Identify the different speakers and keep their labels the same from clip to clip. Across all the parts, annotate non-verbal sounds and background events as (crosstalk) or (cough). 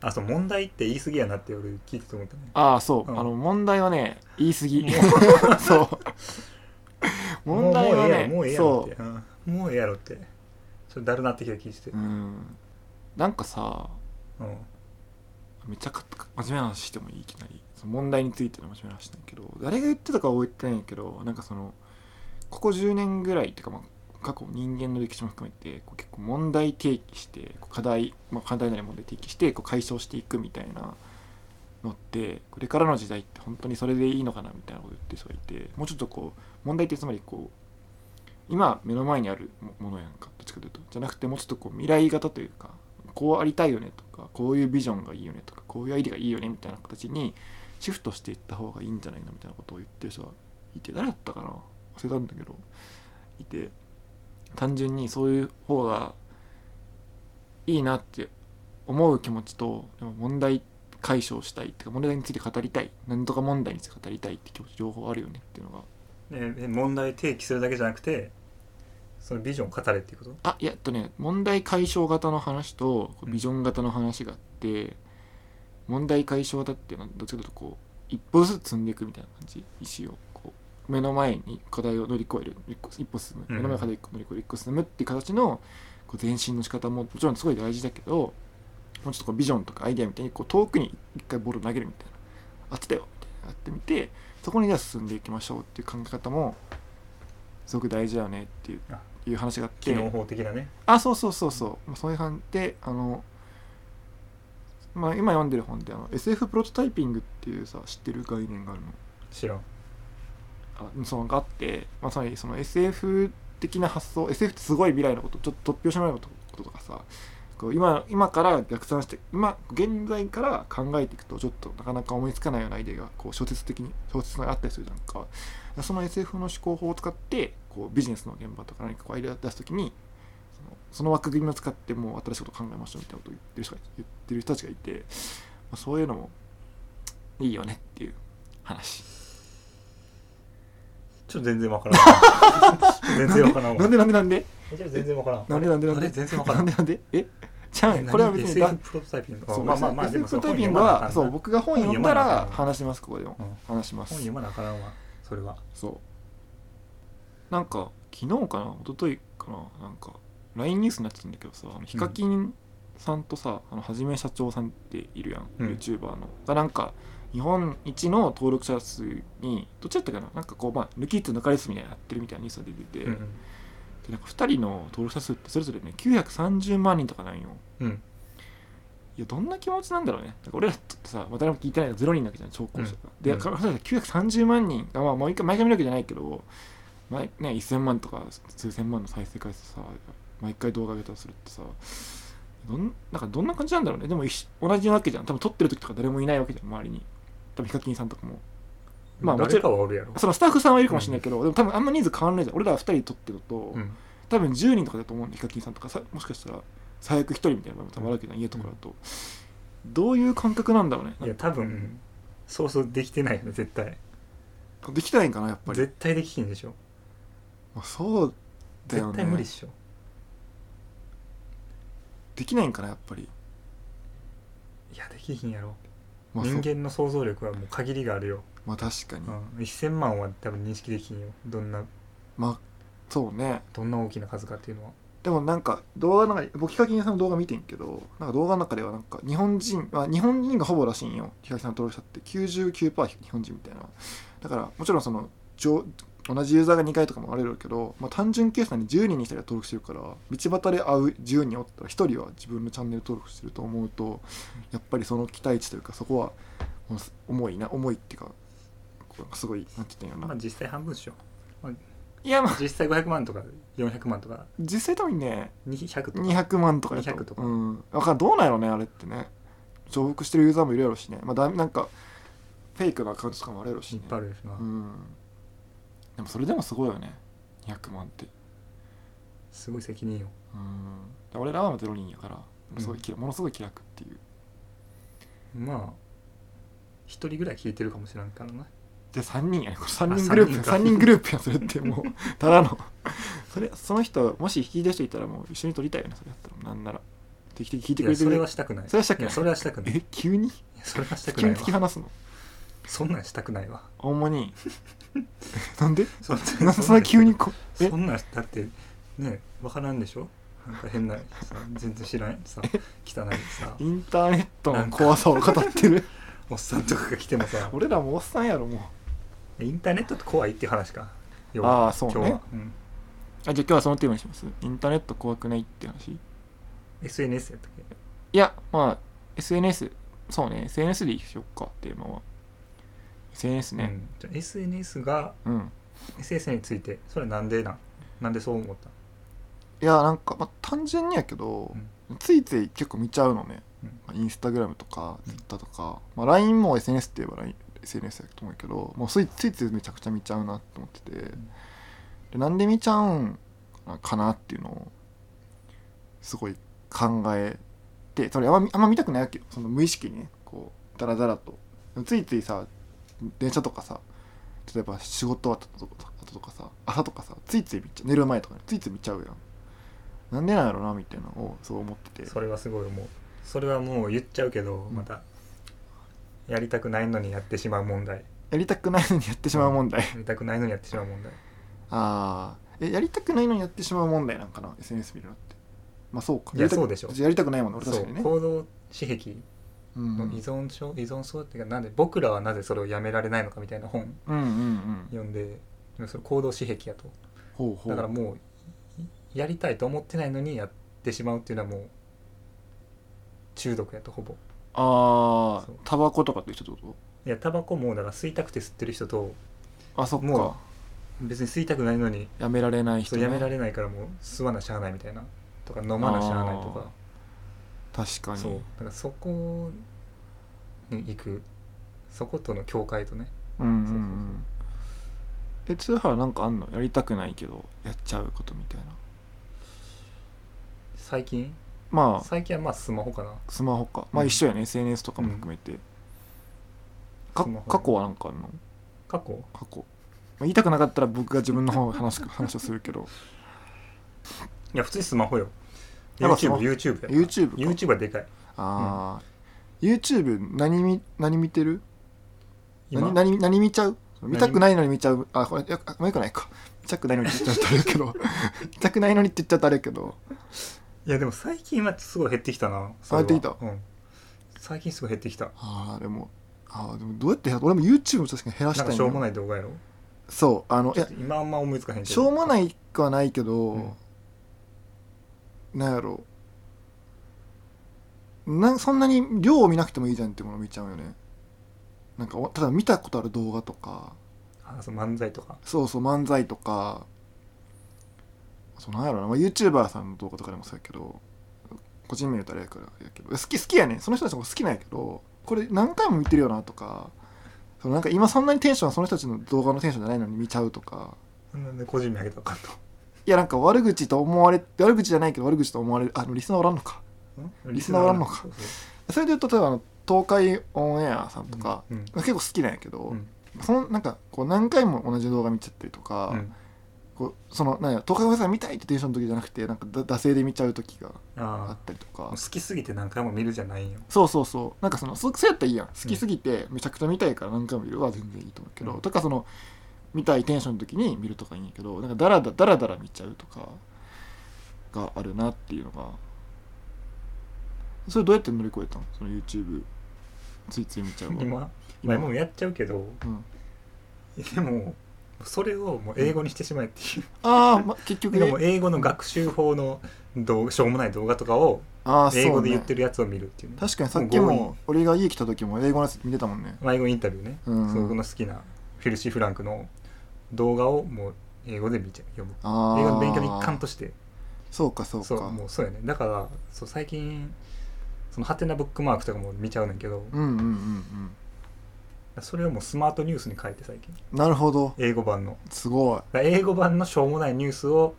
Speaker 1: あそう問題って言い過ぎやなって俺聞いてて思ったね
Speaker 2: ああそう、
Speaker 1: うん
Speaker 2: あの問題はね言い過ぎ
Speaker 1: も
Speaker 2: (laughs) そう問題はね
Speaker 1: もうもうええやろもうええやろって
Speaker 2: そ
Speaker 1: うんもうええやろってそれだるなってきた聞いてて
Speaker 2: ううんなんかさ
Speaker 1: うん
Speaker 2: めっちゃか真面目な話してもいいいきなりその問題についての真面目な話なんやけど誰が言ってたかは覚えてないんやけどなんかそのここ10年ぐらいっていうかまあ過去人間の歴史も含めてこう結構問題提起してこう課題、まあ、課題なり問題提起してこう解消していくみたいなのってこれからの時代って本当にそれでいいのかなみたいなこと言ってる人がいてもうちょっとこう問題ってつまりこう今目の前にあるもものやんかどっちかというとじゃなくてもうちょっとこう未来型というかこうありたいよねとかこういうビジョンがいいよねとかこういうアイデアがいいよねみたいな形にシフトしていった方がいいんじゃないのみたいなことを言ってる人がいて誰だったかな忘れたんだけどいて単純にそういう方がいいなって思う気持ちとでも問題解消したいっていうか問題について語りたい何とか問題について語りたいって気持ち両方あるよねっていうのが
Speaker 1: ええ問題提起するだけじゃなくてそのビジョンを語れっていうこと
Speaker 2: あいやえっとね問題解消型の話とこう
Speaker 1: うん
Speaker 2: ビジョン型の話があって、問題解消型っていうのはどっちかというとこう一歩ずつ積んでいくみたいな感じ石をこう目の前に課題を乗り越える一個一歩進む
Speaker 1: うん
Speaker 2: 目の前の課題を乗り越える一個進むっていう形のこう前進の仕方ももちろんすごい大事だけどもうちょっとこうビジョンとかアイデアみたいにこう遠くに一回ボール投げるみたいなあっちだよみたいなやってみてそこにじゃあ進んでいきましょうっていう考え方もすごく大事だよねっていう
Speaker 1: あ
Speaker 2: いう話があって
Speaker 1: 機能法的なね
Speaker 2: あそうそうそうそうまあそういう感じであの、まあ、今読んでる本であの SF プロトタイピングっていうさ知ってる概念があるの
Speaker 1: 知らん
Speaker 2: あうんそうがあって、まあ、つまりその SF 的な発想 SF ってすごい未来のことちょっと突拍子もないことこととかさこう今今から逆算して今現在から考えていくとちょっとなかなか思いつかないようなアイデアがこう小説的に小説があったりするじゃんかその SF の思考法を使ってこうビジネスの現場とか何かこうアイデア出す時にそのその枠組みを使ってもう新しいこと考えましょうみたいなことを言ってる人が言ってる人たちがいて、まあ、そういうのもいいよねっていう話。
Speaker 1: ちょっと全然わから
Speaker 2: (laughs)
Speaker 1: ん全然わからん
Speaker 2: な
Speaker 1: わ
Speaker 2: んでなんでなんで
Speaker 1: えじゃあ全然わからん
Speaker 2: なんでなんでなん
Speaker 1: あ
Speaker 2: で
Speaker 1: れ全然わから
Speaker 2: なんんでなんで (laughs) えじゃあね
Speaker 1: 何
Speaker 2: これは別に
Speaker 1: SF
Speaker 2: だ
Speaker 1: プロトタイピング
Speaker 2: そう
Speaker 1: まあまあまあでも
Speaker 2: プ
Speaker 1: そ
Speaker 2: ロ
Speaker 1: の
Speaker 2: ト
Speaker 1: 本
Speaker 2: タイピ
Speaker 1: 読
Speaker 2: ング
Speaker 1: まなあか
Speaker 2: は
Speaker 1: ん
Speaker 2: そう僕が本読んだら話しますここでも
Speaker 1: うん
Speaker 2: 話しま
Speaker 1: 本
Speaker 2: す
Speaker 1: 読まなあからんわそれは
Speaker 2: そうなんか昨日かな一昨日かななんか LINE ニュースになってたんだけどさあのヒカキンさんとさ、あのはじめ社長さんっているやん、
Speaker 1: うん
Speaker 2: YouTuber のがなんか日本一の登録者数にどっちだったかななんかこうまあ抜きつ抜かれつみたいなやってるみたいなニュースが出てて、
Speaker 1: うん
Speaker 2: でなんか2人の登録者数ってそれぞれね930万人とかなんよ
Speaker 1: うん
Speaker 2: いやどんな気持ちなんだろうねなんか俺らってさ、まあ、誰も聞いてないのゼロ人なわけじゃん聴講者が、
Speaker 1: うん
Speaker 2: で、
Speaker 1: うん
Speaker 2: 彼女たち930万人がまあ毎回毎回見るわけじゃないけど毎、ね、1000万とか数千万の再生回数さ毎回動画上げたりするってさどんなんかどんな感じなんだろうねでも一緒同じなわけじゃん多分撮ってる時とか誰もいないわけじゃん周りに多分ヒカキンさんとかもまあもちろ
Speaker 1: 誰
Speaker 2: ん
Speaker 1: かはおるやろ
Speaker 2: そのスタッフさんはいるかもしれないけど、でも多分あんま人数変わらないじゃん俺ら2人撮ってると、
Speaker 1: うん
Speaker 2: 多分10人とかだと思うんでヒカキンさんとかさもしかしたら最悪1人みたいな場合もたまるわけじゃん家とかだと、どういう感覚なんだろうね
Speaker 1: いや多分そうそうできてないよね絶対
Speaker 2: できてないんかなやっぱり、
Speaker 1: 絶対できひんでしょ
Speaker 2: まあ、そうだよ
Speaker 1: 絶
Speaker 2: ね
Speaker 1: 対無理っしょ
Speaker 2: できないんかなやっぱり、
Speaker 1: いやできひんやろ
Speaker 2: まあ、
Speaker 1: 人
Speaker 2: そう
Speaker 1: 間の想像力はもう限りがあるよ
Speaker 2: まあ確かに、
Speaker 1: うん1000万は多分認識できひんよどんな
Speaker 2: まあそうね
Speaker 1: どんな大きな数かっていうのは
Speaker 2: でもなんか動画の中で僕ヒカキンさんの動画見てんけどなんか動画の中ではなんか日本人、まあ、日本人がほぼらしいんよヒカキンさんの登録者って99%日本人みたいなだからもちろんその上同じユーザーが2回とかもあれるけど、まあ、単純計算に10人に1人が登録してるから道端で会う10人おったら1人は自分のチャンネル登録してると思うとやっぱりその期待値というかそこはもうす重いな重いっていうかこうすごいなんて言ったんや
Speaker 1: ま
Speaker 2: ろ
Speaker 1: あ
Speaker 2: な
Speaker 1: 実際半分っしょ
Speaker 2: いやまあ
Speaker 1: 実際500万とか400万とか
Speaker 2: 実際多分ね
Speaker 1: 200とか
Speaker 2: 200万とかや
Speaker 1: 200とか
Speaker 2: うん、だからんどうなんやろねあれってね重複してるユーザーもいるやろしねまあだなんかフェイクのアカウントとかもあるやろし
Speaker 1: いっ
Speaker 2: ね
Speaker 1: ぱいあるでしょな、
Speaker 2: うんでもそれでもすごいよね200万って
Speaker 1: すごい責任よ
Speaker 2: うんで俺らはゼロ人やから
Speaker 1: ん
Speaker 2: すごい気楽、ものすごい気楽っていう
Speaker 1: まあ一人ぐらい聞いてるかもしれんからな
Speaker 2: で3人やねこれ3人グルー
Speaker 1: 三人
Speaker 2: プ
Speaker 1: か
Speaker 2: 3人グループやそれってもう (laughs) ただのそれその人もし引き出していたらもう一緒に撮りたいよねそれやったらなんなら定期的に聞いて
Speaker 1: い
Speaker 2: くれ
Speaker 1: や
Speaker 2: て
Speaker 1: そ
Speaker 2: る
Speaker 1: れはしたくない
Speaker 2: それはしたくない
Speaker 1: やそれはしたくないい
Speaker 2: え急に
Speaker 1: やそれはしたく
Speaker 2: (laughs) 急
Speaker 1: な
Speaker 2: に
Speaker 1: い
Speaker 2: 突き
Speaker 1: わ
Speaker 2: 放すの
Speaker 1: そんなんしたくないわ
Speaker 2: あほんまに (laughs) なんで (laughs)
Speaker 1: そん
Speaker 2: なんでそんな急にこえ
Speaker 1: そんなんだってねわからんでしょなんか変なさ全然知らんさ汚い
Speaker 2: (laughs)
Speaker 1: さ
Speaker 2: インターネットの怖さを語ってる
Speaker 1: おっさんとかが来てもさ
Speaker 2: (laughs) 俺らもおっさんやろもう
Speaker 1: インターネットって怖いっていう話か要は
Speaker 2: ああそう
Speaker 1: 今日
Speaker 2: ね
Speaker 1: は、うん、
Speaker 2: あじゃあ今日はそのテーマにしますインターネット怖くないって話い
Speaker 1: SNS やったっけ
Speaker 2: やまあ SNS そうね SNS でいきましょうかテーマは SNS
Speaker 1: う
Speaker 2: ね
Speaker 1: ん、じゃあ SNS が
Speaker 2: うん、
Speaker 1: SNS についてそれはなんでなんなんでそう思った
Speaker 2: いやなんか、まあ、単純にやけど、ついつい結構見ちゃうのね、
Speaker 1: うん
Speaker 2: まあ、インスタグラムとか
Speaker 1: うん
Speaker 2: Twitter とか、まあ、LINE も SNS って言えば LINE SNS だと思うけどもうついついついめちゃくちゃ見ちゃうなって思ってて、
Speaker 1: ん
Speaker 2: でなんで見ちゃうんかなっていうのをすごい考えてそれあんまあんま見たくないわけよその無意識にねこうダラダラとでもついついさ電車とかさ例えば仕事終わったとか後とかさ朝とかさついつい見ちゃう寝る前とかについつい見ちゃうやんなんでなんやろなみたいなのをそう思ってて
Speaker 1: それはすごい思うそれはもう言っちゃうけど
Speaker 2: ん
Speaker 1: またやりたくないのにやってしまう問題
Speaker 2: やりたくないのにやってしまう問題
Speaker 1: やりたくないのにやってしまう問題
Speaker 2: あーえやりたくないのにやってしまう問題なんかな SNS 見るのってまあそうか
Speaker 1: いや
Speaker 2: やりたく
Speaker 1: そうでしょ
Speaker 2: やりたくないもんね俺
Speaker 1: そ
Speaker 2: 確
Speaker 1: う
Speaker 2: かにね
Speaker 1: 行動刺激
Speaker 2: うんう
Speaker 1: の
Speaker 2: ん
Speaker 1: 依存症、依存症っていうかなんで僕らはなぜそれをやめられないのかみたいな本
Speaker 2: うんうん
Speaker 1: 読んででもそれ行動刺激やと
Speaker 2: ほうほ
Speaker 1: だ
Speaker 2: う
Speaker 1: からもういやりたいと思ってないのにやってしまうっていうのはもう中毒やとほぼ
Speaker 2: ああ
Speaker 1: そう
Speaker 2: タバコとかと一緒ってこ
Speaker 1: いやタバコもだから吸いたくて吸ってる人と
Speaker 2: とあそっか
Speaker 1: も別に吸いたくないのに
Speaker 2: やめられない人
Speaker 1: そう
Speaker 2: ね、
Speaker 1: やめられないからもう吸わなしゃあないみたいなとか飲まなしゃあないとか
Speaker 2: 確かに
Speaker 1: そうだからそこに行くそことの境界とね
Speaker 2: うんうんう
Speaker 1: そうそうそうん
Speaker 2: え通販なんかあんのやりたくないけどやっちゃうことみたいな
Speaker 1: 最近
Speaker 2: まあ
Speaker 1: 最近はまあスマホかな
Speaker 2: スマホかまあ
Speaker 1: うん
Speaker 2: 一緒やね、SNS とかも含めて、か
Speaker 1: スマホ
Speaker 2: 過去はなんかあるの
Speaker 1: 過去
Speaker 2: 過去、まあ、言いたくなかったら僕が自分の方を話す (laughs) 話をするけど
Speaker 1: いや普通にスマホよ
Speaker 2: やっぱスマ
Speaker 1: YouTubeYouTube YouTube だから
Speaker 2: ホ YouTube か
Speaker 1: YouTube はでかい
Speaker 2: ああ、YouTube 何見何見てる
Speaker 1: 今
Speaker 2: 何何何見ちゃう
Speaker 1: 何
Speaker 2: 見たくないのに見ちゃうあこれいやあもうよくないか見たくないのにって言っちゃったらあれやけど見たくないのにって言っちゃったらあれやけど
Speaker 1: いやでも最近はすごい減ってきたな
Speaker 2: あ減ってき
Speaker 1: そ
Speaker 2: た
Speaker 1: れはうん最近すごい減ってきた
Speaker 2: ああでもああでもどうやって減ら俺も YouTube も確かに減らし
Speaker 1: な
Speaker 2: た
Speaker 1: ん
Speaker 2: い
Speaker 1: かしょ
Speaker 2: な
Speaker 1: うもない動画やろ
Speaker 2: そうあのい
Speaker 1: ちょ
Speaker 2: や
Speaker 1: っと今あんま思いつかへんけど
Speaker 2: しょうもないくはないけど、
Speaker 1: うん
Speaker 2: なんやろなんそんなに量を見なくてもいいじゃんってもの見ちゃうよねなんかおただ見たことある動画とか
Speaker 1: あそう漫才とか
Speaker 2: そうそう漫才とかそうなんやろな、まあ、YouTuber さんの動画とかでもそうやけど個人名言うたらあれやからやけど好き好きやねその人たちも好きなんやけどこれ何回も見てるよなとかそのなんか今そんなにテンションはその人たちの動画のテンションじゃないのに見ちゃうとか
Speaker 1: なんで個人名あげたらあかんと
Speaker 2: いやなんか悪口と思われ悪口じゃないけど悪口と思われるあのリスナーおらんのか
Speaker 1: ん
Speaker 2: リスナーおらんのか
Speaker 1: そうそう
Speaker 2: それで言うと例えばあの東海オンエアさんとか、
Speaker 1: うん
Speaker 2: 結構好きなんやけど、
Speaker 1: うん
Speaker 2: そのなんかこう何回も同じ動画見ちゃったりとか、
Speaker 1: うん
Speaker 2: こうそのなんや東海オンエアさん見たいってテンションの時じゃなくてなんかだ惰性で見ちゃう時があ
Speaker 1: あ
Speaker 2: ったりと
Speaker 1: あ
Speaker 2: か
Speaker 1: 好きすぎて何回も見るじゃないんよ
Speaker 2: そうそうそうなんかそのそうそうやったらいいやん好きすぎてめちゃくちゃ見たいから何回も見るは全然いいと思うけど、
Speaker 1: うん
Speaker 2: とかその見たいテンションの時に見るとかいいんやけどなんかダラダラダラダラ見ちゃうとかがあるなっていうのがそれどうやって乗り越えたのその YouTube ついつい見ちゃうの
Speaker 1: 今今もうやっちゃうけど
Speaker 2: うん、
Speaker 1: でもそれをもう英語にしてしまえっていう
Speaker 2: ああ、ま、結局
Speaker 1: でも英語の学習法のどうしょうもない動画とかを
Speaker 2: ああ
Speaker 1: 英語で言っ
Speaker 2: ね
Speaker 1: てるやつを見るっていうね
Speaker 2: 確かにさっき
Speaker 1: もう強
Speaker 2: も俺が家来た時も英語のやつ見てたもんね
Speaker 1: まあ英語インタビューね、
Speaker 2: うん
Speaker 1: そこの好きなフィルシー・フランクの動画をもう英語で見ちゃう読む
Speaker 2: ああ
Speaker 1: 英語の勉強の一環として
Speaker 2: そうかそう
Speaker 1: そう
Speaker 2: か
Speaker 1: もうそうやねだからそう最近そのハテナブックマークとかも見ちゃうねんけど
Speaker 2: うんうんうんうん
Speaker 1: それをもうスマートニュースに変えて最近
Speaker 2: なるほど
Speaker 1: 英語版の
Speaker 2: すごい
Speaker 1: だから英語版のしょうもないニュースを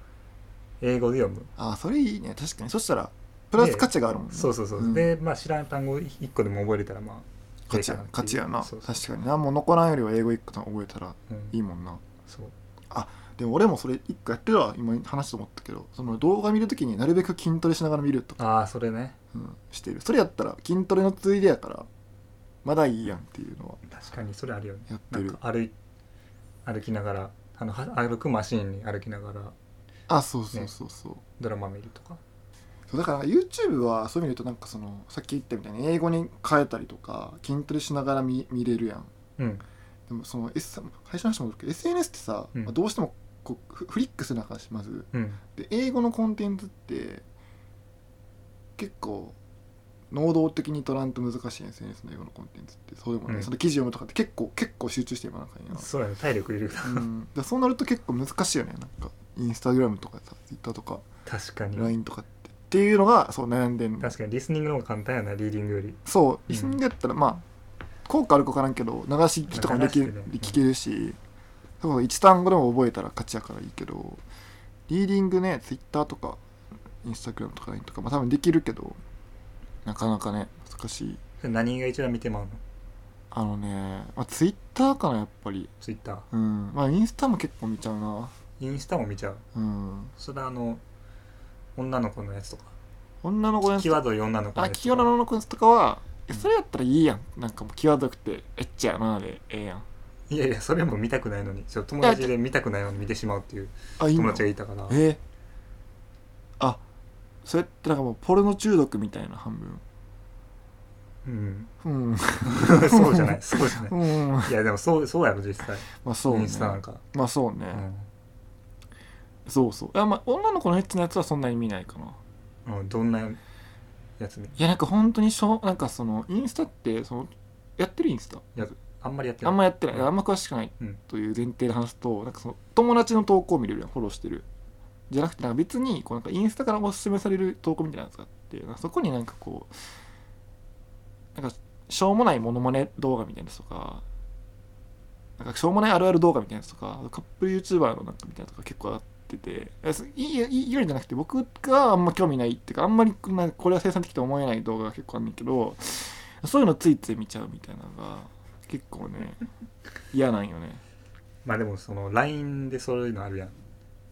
Speaker 1: 英語で読む
Speaker 2: あーそれいいね確かにそしたらプラス価値があるもんね
Speaker 1: そうそうそう、
Speaker 2: ん
Speaker 1: でまあ知らん単語一個でも覚えれたらまあ
Speaker 2: 価値や
Speaker 1: ええかなっていう
Speaker 2: 価値やな
Speaker 1: そうそう
Speaker 2: 確かになもう残らんよりは英語一個覚えたら
Speaker 1: うん
Speaker 2: いいもんな
Speaker 1: そう
Speaker 2: でも俺もそれ一個やってるわ今話と思ったけどその動画見るときになるべく筋トレしながら見るとか
Speaker 1: ああそれね、
Speaker 2: うん、してるそれやったら筋トレのついでやからまだいいやんっていうのは
Speaker 1: 確かにそれあるよね
Speaker 2: やって
Speaker 1: なん
Speaker 2: る
Speaker 1: か歩い歩きながらあのは歩くマシーンに歩きながら
Speaker 2: あそうそうそうそう、
Speaker 1: ドラマ見るとか
Speaker 2: そうだから YouTube はそういう意味で言うとなんかそのさっき言ったみたいに英語に変えたりとか筋トレしながら見見れるやん
Speaker 1: うん
Speaker 2: でもその、S、最初の話もあるけど SNS ってさ、
Speaker 1: うん
Speaker 2: まあどうしてもこうフフリックする中しまず
Speaker 1: うん
Speaker 2: で英語のコンテンツって結構能動的に取らんと難しい SNS の英語のコンテンツってそうでもね、
Speaker 1: うん
Speaker 2: その記事読むとかって結構結構集中して読まなあかんやん
Speaker 1: そうやね体力いるから
Speaker 2: うん、だからそうなると結構難しいよねなんかインスタグラムとかさ Twitter とか
Speaker 1: 確かに
Speaker 2: LINE とかってっていうのがそう悩んでんの
Speaker 1: 確かにリスニングの方が簡単やなリーディングより
Speaker 2: そうリスニングやったらまあ効果あるか分からんけど流し聞きとかもでき
Speaker 1: 流して
Speaker 2: る
Speaker 1: ねうん
Speaker 2: 聞けるしそうそう1単語でも覚えたら勝ちやからいいけどリーディングね Twitter とか Instagram とか LINE とかまあ多分できるけどなかなかね難しい
Speaker 1: それ何が一番見てまうの
Speaker 2: あのね、まあ、Twitter かなやっぱり
Speaker 1: ツイッター
Speaker 2: うんまあインスタも結構見ちゃうな
Speaker 1: インスタも見ちゃう
Speaker 2: うん
Speaker 1: それあの女の子のやつとか
Speaker 2: 女の子のやつ
Speaker 1: 際どい女の子の
Speaker 2: あ
Speaker 1: やつ
Speaker 2: キオラのコンスとかは、いやそれやったらいいやんなんかもう際どくてエッチやなでええやん
Speaker 1: いやいやそれも見たくないのにちょっと友達で見たくないのに見てしまうっていう
Speaker 2: あいい
Speaker 1: 友
Speaker 2: の
Speaker 1: 達がいたから
Speaker 2: えーあそれってなんかもうポルノ中毒みたいな半分
Speaker 1: うん (laughs)
Speaker 2: うん
Speaker 1: そうじゃないそうじゃない
Speaker 2: (laughs) うん
Speaker 1: いやでもそうそうやろ実際
Speaker 2: まあそう
Speaker 1: イ
Speaker 2: ね
Speaker 1: ンスタなんか、
Speaker 2: まあそうね、そうそういやまあ女の子のエッチなやつはそんなに見ないかな
Speaker 1: うん、うん、どんなやつ見
Speaker 2: いやなんか本当にしょうなんかそのインスタってそのやってるインスタ
Speaker 1: あんまりやって
Speaker 2: あ
Speaker 1: ない
Speaker 2: んまやってない
Speaker 1: うん
Speaker 2: あんま詳しくない
Speaker 1: うん
Speaker 2: という前提で話すとなんかその友達の投稿を見れるやんフォローしてるじゃなくてなんか別にこうなんかインスタからおすすめされる投稿みたいなやつがあってなんかそこになんかこうなんかしょうもないモノマネ動画みたいなやつとかなんかしょうもないあるある動画みたいなやつとかカップル YouTuber のなんかみたいなのとか結構あってていやそいいいいよりじゃなくて僕があんま興味ないっていうかあんまりこんなこれは生産的と思えない動画が結構あるんだけどそういうのついつい見ちゃうみたいなのが結構ね嫌なんよね
Speaker 1: まあでもその LINE でそういうのあるやん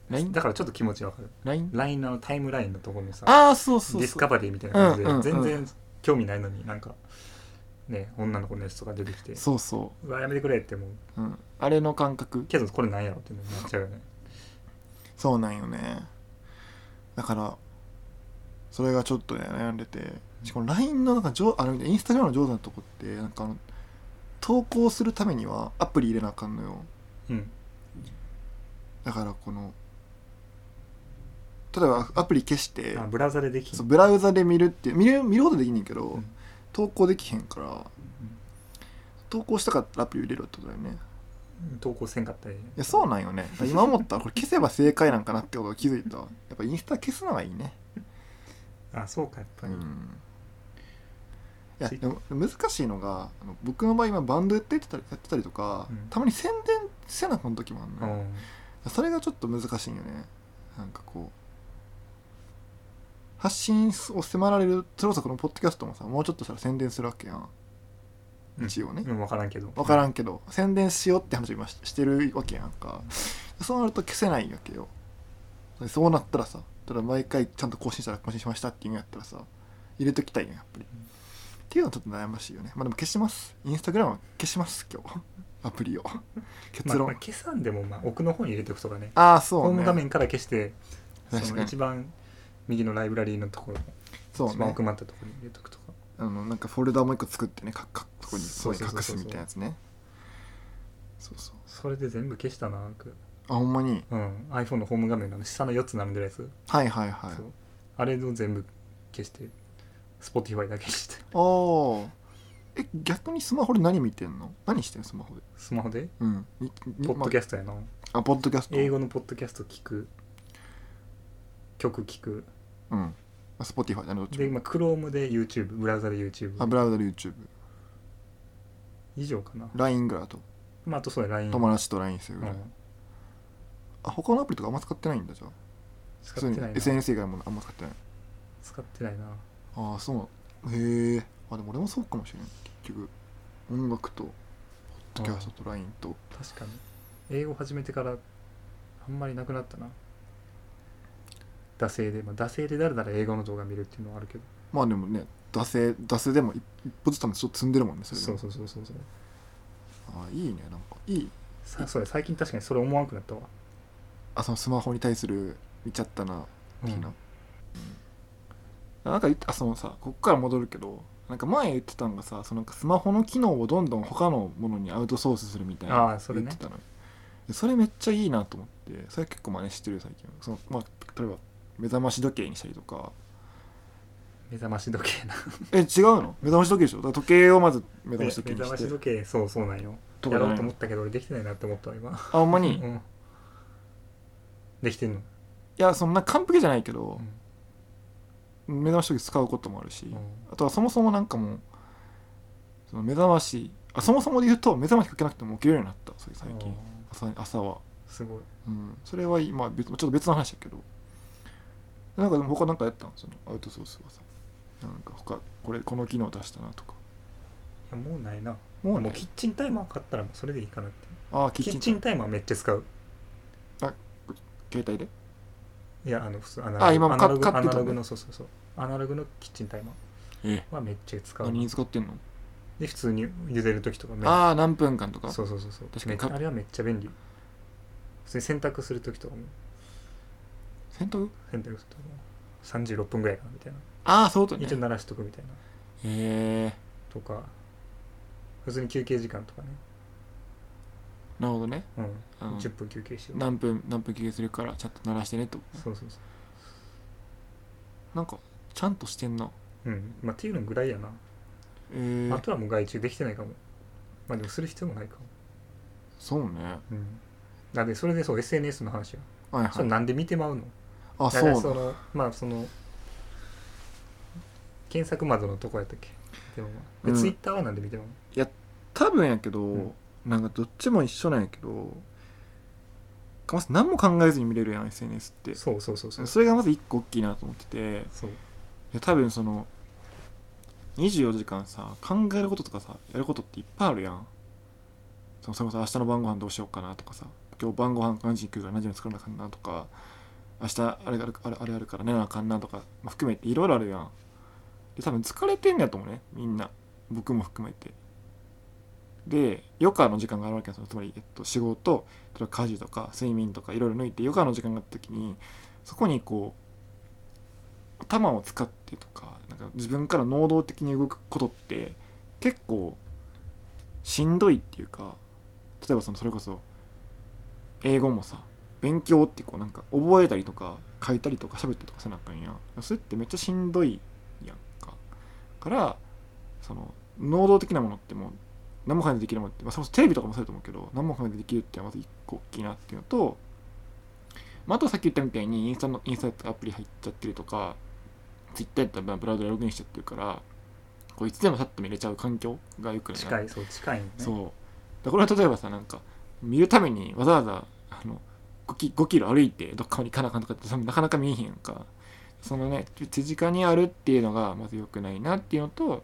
Speaker 2: LINE?
Speaker 1: だからちょっと気持ちわかる
Speaker 2: LINE?
Speaker 1: LINE のあのタイムラインのところのさ
Speaker 2: ああそうそうそう
Speaker 1: ディスカバリーみたいな感じで、
Speaker 2: うんうんうん
Speaker 1: 全然興味ないのになんかね女の子のやつとか出てきて
Speaker 2: そうそう
Speaker 1: わやめてくれって思う
Speaker 2: う、うん、あれの感覚
Speaker 1: けどこれなんやろってなっちゃうよね
Speaker 2: そうなんよねだからそれがちょっとね悩んでてしかも LINE のなんか上あのインスタグラムの上手なとこってなんかあの投稿するためにはアプリ入れなあかんのよ
Speaker 1: うん
Speaker 2: だからこの例えばアプリ消して
Speaker 1: あブラウザででき
Speaker 2: そううブラウザで見るっていう見る見ることできんねんけど、
Speaker 1: うん
Speaker 2: 投稿できへんから、投稿したかったらアプリ入れろってことだよね
Speaker 1: ん投稿せんかったり
Speaker 2: いやそうなんよねだから今思ったらこれ消せば正解なんかなってことを気づいたわやっぱインスタ消すのがいいね
Speaker 1: あそうかやっぱり、
Speaker 2: うんいや
Speaker 1: ツイ
Speaker 2: でも難しいのがあの僕の場合今バンドやってたりやってたりとか、
Speaker 1: うん
Speaker 2: たまに宣伝せなあかん時もあんの
Speaker 1: う
Speaker 2: よ、
Speaker 1: ん
Speaker 2: それがちょっと難しいんよねなんかこう発信を迫られるそれこそこのポッドキャストもさもうちょっとしたら宣伝するわけやん一応ね
Speaker 1: うん、分からんけど
Speaker 2: 分から
Speaker 1: ん
Speaker 2: んけど宣伝しようって話を今ししてるわけやんかそうなると消せないわけよでそうなったらさただ毎回ちゃんと更新したら更新しましたっていうんやったらさ入れときたいやんやっぱりっていうのはちょっと悩ましいよねまあでも消しますインスタグラムは消します今日アプリを結論、
Speaker 1: まあまあ、消さんでも、まあ、奥の方に入れておくとかね
Speaker 2: ああそ
Speaker 1: ホー
Speaker 2: うね
Speaker 1: ム画面から消して
Speaker 2: 確
Speaker 1: そ
Speaker 2: か
Speaker 1: の
Speaker 2: に
Speaker 1: 一番右のライブラリーのところ、
Speaker 2: そう
Speaker 1: 一番
Speaker 2: ね
Speaker 1: 奥まったところに入れとくとか
Speaker 2: あのなんかフォルダもう一個作ってねかかここにこ
Speaker 1: そう
Speaker 2: こ
Speaker 1: そう
Speaker 2: に
Speaker 1: そうそ
Speaker 2: 隠す
Speaker 1: う
Speaker 2: みたいなやつねそうそう
Speaker 1: それで全部消したな僕
Speaker 2: あほんまに
Speaker 1: うん、iPhone のホーム画面のあの下の4つ並んでるやつ、
Speaker 2: はいはいはい
Speaker 1: そうあれを全部消して Spotify だけにして (laughs)
Speaker 2: ああえ逆にスマホで何見てんの何してんのスマホで
Speaker 1: スマホで
Speaker 2: うんにに
Speaker 1: ポッドキャストやな、
Speaker 2: まあポッドキャスト
Speaker 1: 英語のポッドキャスト聞く曲聞く
Speaker 2: うんスポティファイだねどっち
Speaker 1: で
Speaker 2: も
Speaker 1: 今 Chrome で YouTube ブラウザで YouTube
Speaker 2: あブラウザで YouTube
Speaker 1: 以上かな、
Speaker 2: LINE ぐらいだと
Speaker 1: まあ、あとそうだ LINE、
Speaker 2: 友達と LINE する
Speaker 1: う
Speaker 2: ぐらい、
Speaker 1: ん、
Speaker 2: あ他のアプリとかあんま使ってないんだじゃあ普
Speaker 1: 使
Speaker 2: 通
Speaker 1: っ
Speaker 2: に
Speaker 1: てないな
Speaker 2: SNS 以外もあんま使ってない
Speaker 1: 使ってないな
Speaker 2: ああそうへえあでも俺もそうかもしれない結局音楽とポッドキャストと LINE と
Speaker 1: 確かに英語始めてからあんまりなくなったな惰性で、まあ、惰性でだらだら英語の動画見るっていうのはあるけど
Speaker 2: まあでもね惰性惰性でも一一歩ずつ多分ちょっと積んでるもんねそれで
Speaker 1: そ
Speaker 2: も
Speaker 1: うそうそうそうそう
Speaker 2: あいいねなんかいい
Speaker 1: さそうだ最近確かにそれ思わんくなったわ、
Speaker 2: あそのスマホに対する見ちゃったな
Speaker 1: う
Speaker 2: 的
Speaker 1: ん
Speaker 2: な、うんなんか言ってあそのさこっから戻るけどなんか前言ってたのがさそのなんかスマホの機能をどんどん他のものにアウトソースするみたいな
Speaker 1: ああそれね
Speaker 2: 言ってたのよでそれめっちゃいいなと思ってそれ結構真似してるよ最近その、まあ、例えば目覚まし時計にしたりとか
Speaker 1: 目覚まし時計な
Speaker 2: え違うの目覚まし時計でしょだから時計をまず目覚
Speaker 1: 目
Speaker 2: まし時計
Speaker 1: 覚
Speaker 2: に
Speaker 1: ま
Speaker 2: して
Speaker 1: し時計そうそうなんよ
Speaker 2: とか
Speaker 1: や
Speaker 2: じ
Speaker 1: ろ
Speaker 2: ゃな
Speaker 1: う
Speaker 2: い
Speaker 1: と思
Speaker 2: の
Speaker 1: ったけど俺できてないなって思ったわ今 (laughs)
Speaker 2: あほんまに、
Speaker 1: う
Speaker 2: い
Speaker 1: んできてんの、
Speaker 2: やそんな完璧じゃないけど
Speaker 1: うん、
Speaker 2: 目覚まし時計使うこともあるし、
Speaker 1: うん
Speaker 2: あとはそもそもなんかもうその目覚ましあそもそもで言うと目覚ましかけなくても起きれるようになったそれ最近
Speaker 1: あ
Speaker 2: 朝朝は、
Speaker 1: ーすごい
Speaker 2: うん、それはいいまあ別ちょっと別の話だけどなんかでも他なんかやったのそのアウトソースはさなんか他これこの機能出したなとか
Speaker 1: いやもうないな
Speaker 2: もう
Speaker 1: も
Speaker 2: ね
Speaker 1: うキッチンタイマー買ったらもうそれでいいかなって
Speaker 2: ああキ
Speaker 1: キ
Speaker 2: ッチ
Speaker 1: ッ
Speaker 2: ン
Speaker 1: チンタイマーめっちゃ使う
Speaker 2: 携帯で
Speaker 1: いやあの普通アナログ
Speaker 2: あ今も
Speaker 1: アナログ
Speaker 2: 買買
Speaker 1: ア
Speaker 2: ってた
Speaker 1: ナロ
Speaker 2: の
Speaker 1: グのそうそうそうアナログのキッチンタイマ
Speaker 2: え
Speaker 1: ーはめっちゃ使う
Speaker 2: 何に使ってんの
Speaker 1: で普通に茹でる時とかめ
Speaker 2: ああ何分間とか
Speaker 1: そうそうそうそう
Speaker 2: 確
Speaker 1: め
Speaker 2: かに
Speaker 1: っちゃあれはめっちゃ便利普通に洗濯する時とかも
Speaker 2: 洗濯
Speaker 1: 洗濯すると36分ぐらいかなみたいな
Speaker 2: ああそういうことね
Speaker 1: 一応鳴らしとくみたいな
Speaker 2: へえ
Speaker 1: とか普通に休憩時間とかね
Speaker 2: なるほどね
Speaker 1: う
Speaker 2: あ
Speaker 1: ん
Speaker 2: の
Speaker 1: 10分休憩しよう
Speaker 2: 何分何分休憩するからちゃんと鳴らしてねってこと
Speaker 1: そうそうそ
Speaker 2: なんかちゃんとしてんな
Speaker 1: ううんまあっていうのぐらいやな
Speaker 2: えー
Speaker 1: あとはもう外注できてないかもまあでもする必要もないかも
Speaker 2: そうね
Speaker 1: うんなんでそれでそう SNS の話や
Speaker 2: はい
Speaker 1: そ
Speaker 2: は
Speaker 1: れ
Speaker 2: い
Speaker 1: なんで見てまうの
Speaker 2: あ
Speaker 1: だ
Speaker 2: そ
Speaker 1: から
Speaker 2: うな
Speaker 1: そ
Speaker 2: の
Speaker 1: のまあその検索窓のとこやったっけでもまあ、
Speaker 2: うん
Speaker 1: ツイッターはなんで見てまうの
Speaker 2: 多分やけど、
Speaker 1: うん
Speaker 2: なんかどっちも一緒なんやけどかませ何も考えずに見れるやん SNS って
Speaker 1: そうそうそうそう
Speaker 2: それがまず一個大きいなと思っててい
Speaker 1: そう
Speaker 2: や多分その24時間さ考えることとかさやることっていっぱいあるやんそのそれこそ明日の晩ご飯どうしようかなとかさ今日晩ご飯何時に食うから何時に作らなあかんなとか明日あれあるあれあれあるから寝なあかんなとか、まあ、含めていろいろあるやんで多分疲れてんねやと思うねみんな僕も含めてで余暇の時間があるわけですよつまり、えっと、仕事例えば家事とか睡眠とかいろいろ抜いて余暇の時間があった時にそこにこう頭を使ってとかなんか自分から能動的に動くことって結構しんどいっていうか例えばそのそれこそ英語もさ勉強ってこうなんか覚えたりとか書いたりとか喋ったりとかせなあかんやんそれってめっちゃしんどいやんかからその能動的なものってもう何も考えてできるものって、まあ、そもそもテレビとかもそうだと思うけど何も考えてできるっていうのはまず一個大きいなっていうのと、まあ、あとさっき言ったみたいにインスタのインスタとかアプリ入っちゃってるとかツイッターやったらブラウザでログインしちゃってるからこういつでもさっと見れちゃう環境がよくないな
Speaker 1: 近いそう近いんね
Speaker 2: そうだからこれは例えばさなんか見るためにわざわざあの 5, キ5キロ歩いてどっかに行かなあかんとかって多分なかなか見えへんやんかそのね手手近にあるっていうのがまず良くないなっていうのと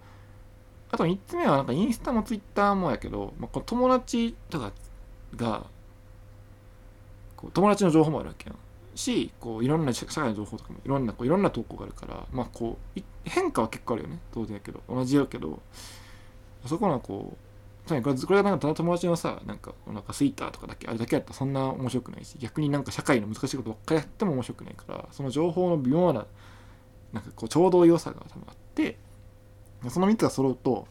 Speaker 2: あと3つ目はなんかインスタもツイッターもやけど、まあ、こう友達とかがこう友達の情報もあるわけやんしこういろんな社社会の情報とかもいろんなこういろんな投稿があるからまあこうい変化は結構あるよね当然やけど同じやけどそこのこうつまりこれこれがなんかただ友達のさなんかお腹すいたとかだけあれだけやったらそんな面白くないし逆になんか社会の難しいことばっかりやっても面白くないからその情報の微妙ななんかこうちょうど良さが多分あってその3つが揃うと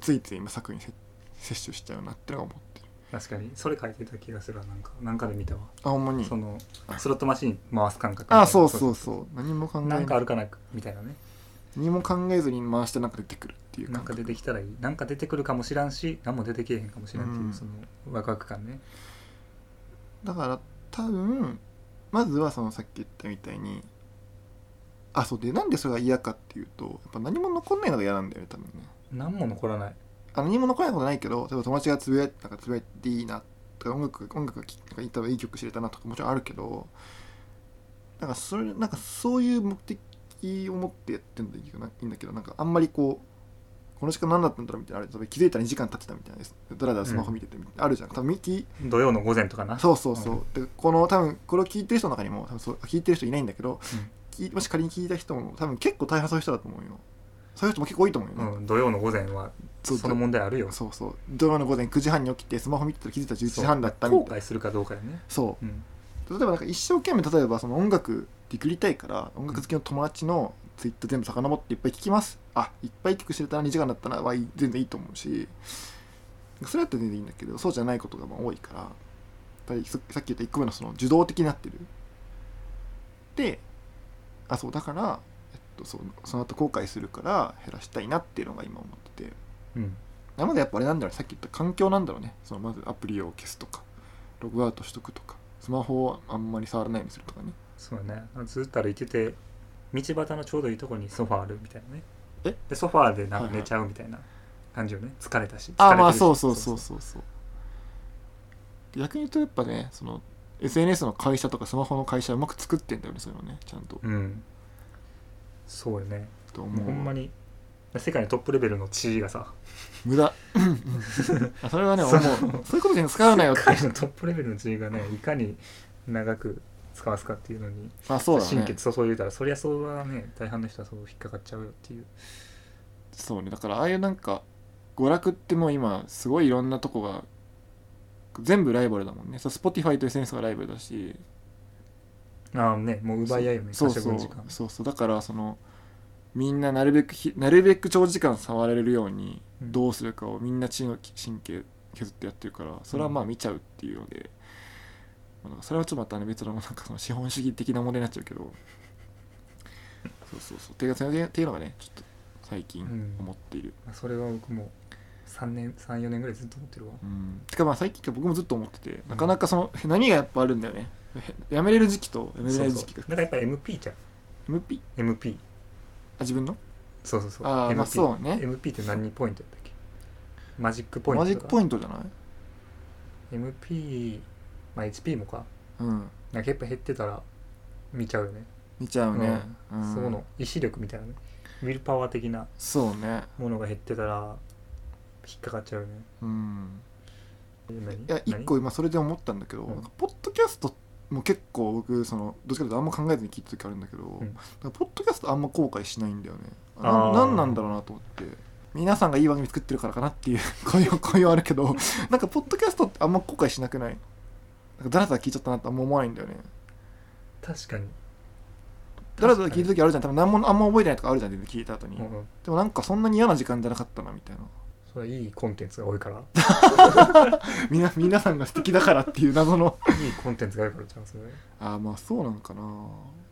Speaker 2: ついつい今作にせ摂取しちゃうなってのが思ってる
Speaker 1: 確かにそれ書いてた気がするわなんかなんかで見たわ、
Speaker 2: あほんまに
Speaker 1: そのスロットマシン回す感覚みたいな
Speaker 2: あそうそうそう何も考え
Speaker 1: なんか
Speaker 2: な
Speaker 1: あ
Speaker 2: い
Speaker 1: るかなみたいなね
Speaker 2: 何も考えずに回してなんか出てくるっていう
Speaker 1: なん
Speaker 2: 感
Speaker 1: か
Speaker 2: 覚
Speaker 1: 出てきたらいいなんか出てくるかもしらんし何も出てけえへんかもしらんっていう、
Speaker 2: うん
Speaker 1: そのワクワク感ね
Speaker 2: だから多分まずはそのさっき言ったみたいにあそうでなんでそれが嫌かっていうとやっぱ何も残んないのが嫌なんだよね多分ね
Speaker 1: 何も残らない
Speaker 2: あ何も残らないことないけど例えば友達がつぶやいてなんかつぶやいていいなとか音楽音楽が聴いたらいい曲知れたなとかもちろんあるけどなんかそれなんかそういう目的を持ってやってるんだけどないいんだけどなんかあんまりこうこの時間何だったんだろうみたいなあれ例えば気づいたら2時間経ってたみたいなだらだらスマホ見てて、あるじゃん多分みき
Speaker 1: 土曜の午前とかな
Speaker 2: そうそうそう、でこの多分これを聞いてる人の中にも多分そう聞いてる人いないんだけど、聞いもし仮に聞いた人も多分結構大半そういう人だと思うよそういう人も結構多いと思うよね、
Speaker 1: うん、土曜の午前は
Speaker 2: そう
Speaker 1: その問題あるよ
Speaker 2: そうそう土曜の午前9時半に起きてスマホ見てたら気づいたら11時半だったみ
Speaker 1: 後
Speaker 2: たいな
Speaker 1: 悔するかどうかよね、
Speaker 2: そ
Speaker 1: う
Speaker 2: う
Speaker 1: ん、
Speaker 2: 例えばなんか一生懸命例えばその音楽ディグりたいから音楽好きの友達のツイート全部遡っていっぱい聞きますあいっぱい聞く知れたら2時間だったらはいい全然いいと思うしそれだったら全然いいんだけどそうじゃないことがまあ多いからだからささっき言った1個目のその受動的になってるであそうだから、えっと、そのその後後悔するから減らしたいなっていうのが今思ってて
Speaker 1: うん、
Speaker 2: なのでやっぱあれなんだろうさっき言った環境なんだろうねそのまずアプリを消すとかログアウトしとくとかスマホをあんまり触らないようにするとかね
Speaker 1: そうだねずっと歩いてて道端のちょうどいいとこにソファーあるみたいなね
Speaker 2: え
Speaker 1: でソファーでなん
Speaker 2: はい
Speaker 1: か
Speaker 2: はい
Speaker 1: 寝ちゃうみたいな感じよね疲れたし
Speaker 2: あ
Speaker 1: 疲
Speaker 2: あ
Speaker 1: れて
Speaker 2: まあ
Speaker 1: るし
Speaker 2: そうそうそうそうそう逆に言うとやっぱねその SNS の会社とかスマホの会社はうまく作ってんだよねそういうのねちゃんと、
Speaker 1: うんそうよね
Speaker 2: と
Speaker 1: も
Speaker 2: 思
Speaker 1: う
Speaker 2: う
Speaker 1: ほんまに世界のトップレベルの地位がさ
Speaker 2: 無駄あそれはね思
Speaker 1: そうう
Speaker 2: そういうことに使うなよっ
Speaker 1: 世
Speaker 2: て
Speaker 1: 界のトップレベルの地位がねいかに長く使わすかっていうのに
Speaker 2: あそうだ
Speaker 1: 神
Speaker 2: ね
Speaker 1: 経注いでたらそりゃそうはね大半の人はそう引っかかっちゃうよっていう
Speaker 2: そうねだからああいうなんか娯楽ってもう今すごいいろんなとこが全部ライバルだもんねそう Spotify と SNS がライバルだし
Speaker 1: ああねもう奪い合いよね
Speaker 2: そう
Speaker 1: 可
Speaker 2: そ
Speaker 1: 処
Speaker 2: う
Speaker 1: 分時間
Speaker 2: そうそうだからそのみんななるべくひなるべく長時間触れるように
Speaker 1: うん
Speaker 2: どうするかをみんな血の神経削ってやってるからそれはまあ見ちゃうっていうので、まあなんかそれはちょっとまたね別のなんかその資本主義的な問題になっちゃうけどそうそうそうっていうかっていうのがねちょっと最近
Speaker 1: うん
Speaker 2: 思っている、
Speaker 1: まあそれは僕も3年34年ぐらいずっと思ってるわ
Speaker 2: うんてかまあ最近って僕もずっと思っててなかなかその波がやっぱあるんだよねへやめれる時期とやめれ
Speaker 1: そ
Speaker 2: な
Speaker 1: う
Speaker 2: い
Speaker 1: そう
Speaker 2: 時期が
Speaker 1: だからやっぱり MP じゃん
Speaker 2: MP?
Speaker 1: MP
Speaker 2: あ自分の
Speaker 1: そうそうそう
Speaker 2: あー
Speaker 1: MP,、
Speaker 2: まあそうね
Speaker 1: MP って何ポイントだったっけマジックポイント
Speaker 2: マジックポイ
Speaker 1: ン
Speaker 2: ントじゃない
Speaker 1: ト MP まあ HP もか
Speaker 2: うん
Speaker 1: なんかやっぱ減ってたら見ちゃうよね、
Speaker 2: 見ちゃうね、うん
Speaker 1: その意志力みたいなねウィルパワー的な
Speaker 2: そうね
Speaker 1: ものが減ってたら引っかかっちゃうよね
Speaker 2: うん
Speaker 1: 何
Speaker 2: いや一個今それで思ったんだけど、
Speaker 1: うん
Speaker 2: なんかポッドキャストも結構僕そのどっちかというとあんま考えずに聞いた時あるんだけど、
Speaker 1: ん
Speaker 2: だからポッドキャストあんま後悔しないんだよね
Speaker 1: あ
Speaker 2: な
Speaker 1: ー
Speaker 2: なんなんだろうなと思って皆さんがいい番組作ってるからかなっていう (laughs) 声は声はあるけどなんかポッドキャストってあんま後悔しなくないなんかだらだら聞いちゃったなってあんま思わないんだよね
Speaker 1: 確かに
Speaker 2: だらだら聞いた時あるじゃん多分何もあんま覚えてないとかあるじゃん全然聞いた後に、
Speaker 1: うんうん
Speaker 2: でもなんかそんなに嫌な時間じゃなかったなみたいな
Speaker 1: それはいいコンテンツが多い
Speaker 2: (laughs)
Speaker 1: からい
Speaker 2: みな皆さんが素敵だからっていう謎の
Speaker 1: いコンテンツがあるからちゃうんそれ
Speaker 2: ああまあそうなんかな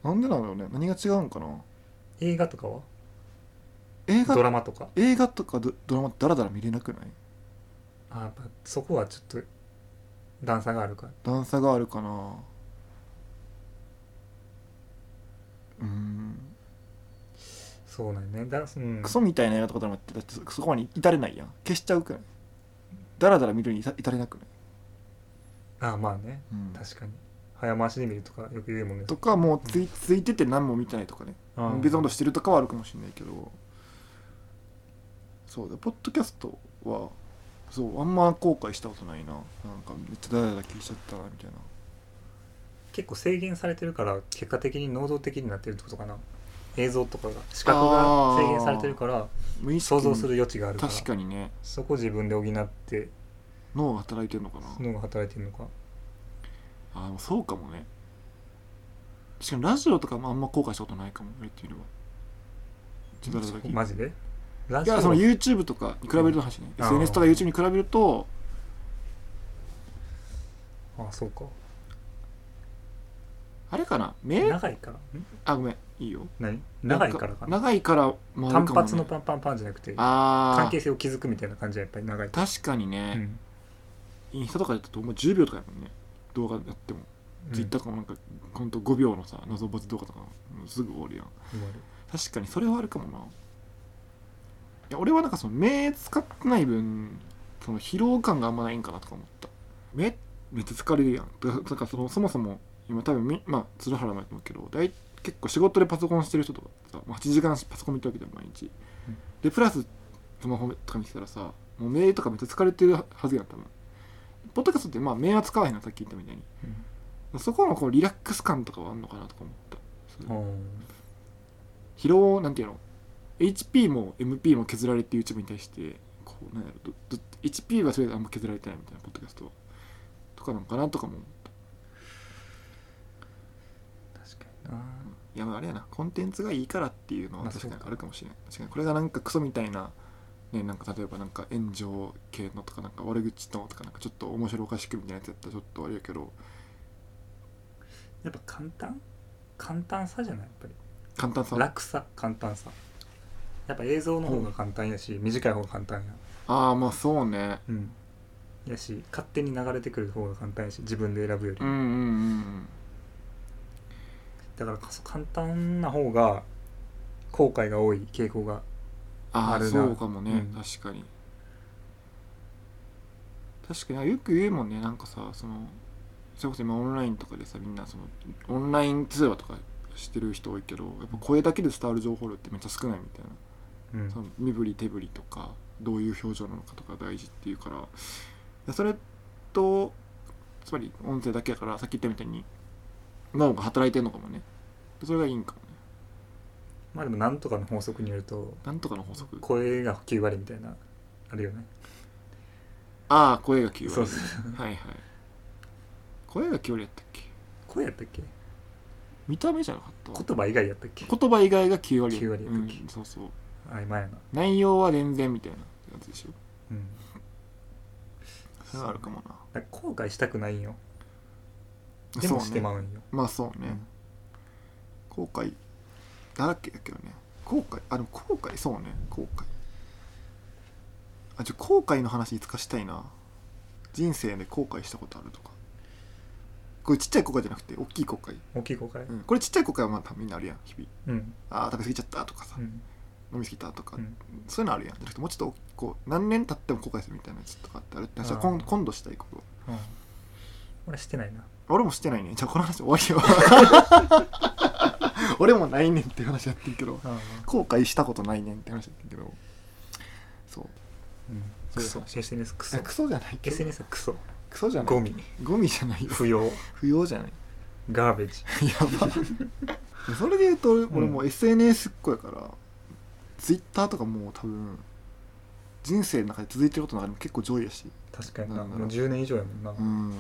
Speaker 2: なんでなんだろうね何が違うんかな
Speaker 1: 映画とかは
Speaker 2: 映
Speaker 1: ド
Speaker 2: 画
Speaker 1: ラマとか
Speaker 2: 映画とかドドラマってダラダラ見れなくない
Speaker 1: あやっぱそこはちょっと段差があるから
Speaker 2: 段差があるかなうーん
Speaker 1: そうなんよねだ、うん、
Speaker 2: クソみたいな映画とかドラマってだってそそこまで至れないやん消しちゃうくらいダラダラ見るに至至れなくない、
Speaker 1: あまあね
Speaker 2: うん
Speaker 1: 確かに早回しで見るとかよく言うもんね
Speaker 2: とかもうついついてて何も見てないとかね
Speaker 1: あー
Speaker 2: 別のことしてるとかはあるかもしれないけどそうだポッドキャストはそうあんま後悔したことないななんかめっちゃダラダラ聞いちゃったなみたいな
Speaker 1: 結構制限されてるから結果的に能動的になってるってことかな映像とかが視覚が制限されてるから
Speaker 2: 無意識
Speaker 1: 想
Speaker 2: に
Speaker 1: 像する余地があるから
Speaker 2: 確かにね
Speaker 1: そこ自分で補って
Speaker 2: 脳が働いてるのかな
Speaker 1: 脳が働いてるのか
Speaker 2: あでもそうかもねしかもラジオとかもあんま後悔したことないかも俺っていうのはちょっとダラダラ聞いて
Speaker 1: マジでラ
Speaker 2: い
Speaker 1: ジオ
Speaker 2: やその YouTube とかに比べると話ね、
Speaker 1: うん
Speaker 2: SNS とか YouTube に比べると
Speaker 1: あそうか
Speaker 2: あれかなメール
Speaker 1: 長いからん
Speaker 2: あごめんいいよ
Speaker 1: 何長いからかな
Speaker 2: 長いからもあ
Speaker 1: 単
Speaker 2: るかもね
Speaker 1: 発のパンパンパンじゃなくて
Speaker 2: ああ
Speaker 1: 関係性を築くみたいな感じはやっぱり長い
Speaker 2: 確かに
Speaker 1: う
Speaker 2: ね、
Speaker 1: ん
Speaker 2: インスタとかだともう10秒とかやもんね動画やっても、
Speaker 1: うん
Speaker 2: Twitter とかもなんかほんと5秒のさ謎ボツ動画とかもうすぐ終わるやん
Speaker 1: 終わる
Speaker 2: 確かにそれはあるかもないや俺はなんかその目使ってない分その疲労感があんまないんかなとか思った目めっちゃ疲れるやんだだからそのそもそも今多分みまあ鶴原もやと思うけど大結構仕事でパソコンしてる人とかさもう8時間パソコン見てるわけじゃん毎日、
Speaker 1: うん
Speaker 2: でプラススマホとか見てたらさもう目とかめっちゃ疲れてるはずやん多分ポッドキャストってまあ目は使わへんのさっき言ったみたいにそこのこうリラックス感とかはあんのかなとか思ったする
Speaker 1: うん
Speaker 2: 疲労なんていうの HP も MP も削られてる YouTube に対してこうなんやろどど HP はそれであんま削られてないみたいなポッドキャストとかなのかなとかも
Speaker 1: 確かにない
Speaker 2: やまああれやなコンテンツがいいからっていうのは
Speaker 1: まあそ
Speaker 2: 確かに
Speaker 1: うか
Speaker 2: あるかもしれない確かにこれがなんかクソみたいなねなんか例えばなんか炎上系のとかなんか悪口のとかなんかちょっと面白おかしくみたいなやつやったらちょっとあれやけど
Speaker 1: やっぱ簡単簡単さじゃないやっぱり
Speaker 2: 簡単さあ
Speaker 1: 楽さ簡単さやっぱ映像の方が簡単やし、短い方が簡単や
Speaker 2: あーまあそうね
Speaker 1: うんやし勝手に流れてくる方が簡単やし自分で選ぶより、
Speaker 2: うんうんうん
Speaker 1: だからこそ簡単な方が後悔が多い傾向が
Speaker 2: あ
Speaker 1: あ
Speaker 2: あ
Speaker 1: るな
Speaker 2: そうかもね、
Speaker 1: うん
Speaker 2: 確かに確かによく言うもんねなんかさそのそれこそ今オンラインとかでさみんなそのオンライン通話とかしてる人多いけどやっぱ声だけで伝わる情報量ってめっちゃ少ないみたいな
Speaker 1: うん
Speaker 2: その身振り手振りとかどういう表情なのかとか大事っていうからいやそれとつまり音声だけやからさっき言ったみたいに脳が働いてんのかもねそれがいいんかもね
Speaker 1: まあでもなんとかの法則によると
Speaker 2: なんとかの法則
Speaker 1: 声が9割みたいなあるよね
Speaker 2: ああ声が9割
Speaker 1: そうそう
Speaker 2: はいはい声が距離やったっけ
Speaker 1: 声やったっけ
Speaker 2: 見た目じゃなかった
Speaker 1: 言葉以外やったっけ
Speaker 2: 言葉以外が9割
Speaker 1: 9割やったっけ
Speaker 2: うん、そうそう
Speaker 1: 曖昧やな
Speaker 2: 内容は全然みたいなやつでしょ
Speaker 1: うん
Speaker 2: それはあるかも
Speaker 1: だから後悔したくないんよ
Speaker 2: な
Speaker 1: でも
Speaker 2: そう
Speaker 1: し
Speaker 2: ね
Speaker 1: てまうんよ
Speaker 2: まあそうね、
Speaker 1: うん
Speaker 2: 後悔だらけだけどね後悔あでも後悔そうね後悔あじゃあ後悔の話いつかしたいな人生で後悔したことあるとかこれちっちゃい後悔じゃなくて大きい後悔、
Speaker 1: 大きい後悔
Speaker 2: うん、これちっちゃい後悔はまあみんなあるやん日々
Speaker 1: うん
Speaker 2: あー食べ過ぎちゃったとかさ、
Speaker 1: うん
Speaker 2: 飲み過ぎたとか、
Speaker 1: うん
Speaker 2: そういうのあるやんじゃなくてもうちょっと大きくこう何年経っても後悔するみたいなやつとかってあるって私は今
Speaker 1: あー
Speaker 2: 今度したいこと
Speaker 1: うん俺してないな
Speaker 2: 俺もしてないねじゃあこの話終わ (laughs) りよ俺もないねんっていう話やってるけど後悔したことないねんって話やってるけどそう
Speaker 1: うん
Speaker 2: そ
Speaker 1: ク
Speaker 2: う
Speaker 1: ソ SNS ク
Speaker 2: い
Speaker 1: ソ
Speaker 2: やクソじゃないけど
Speaker 1: SNS はクソ
Speaker 2: クソじゃない
Speaker 1: ゴミ
Speaker 2: ゴミじゃないよ
Speaker 1: 不要
Speaker 2: 不要じゃない
Speaker 1: ガーベージ
Speaker 2: (laughs) やばそれで言うと俺俺もう SNS っ子やから、Twitter とかもう多分人生の中で続いてることの中でも結構上位やし
Speaker 1: 確かにな
Speaker 2: なんだろう
Speaker 1: もう10年以上やもんな
Speaker 2: うん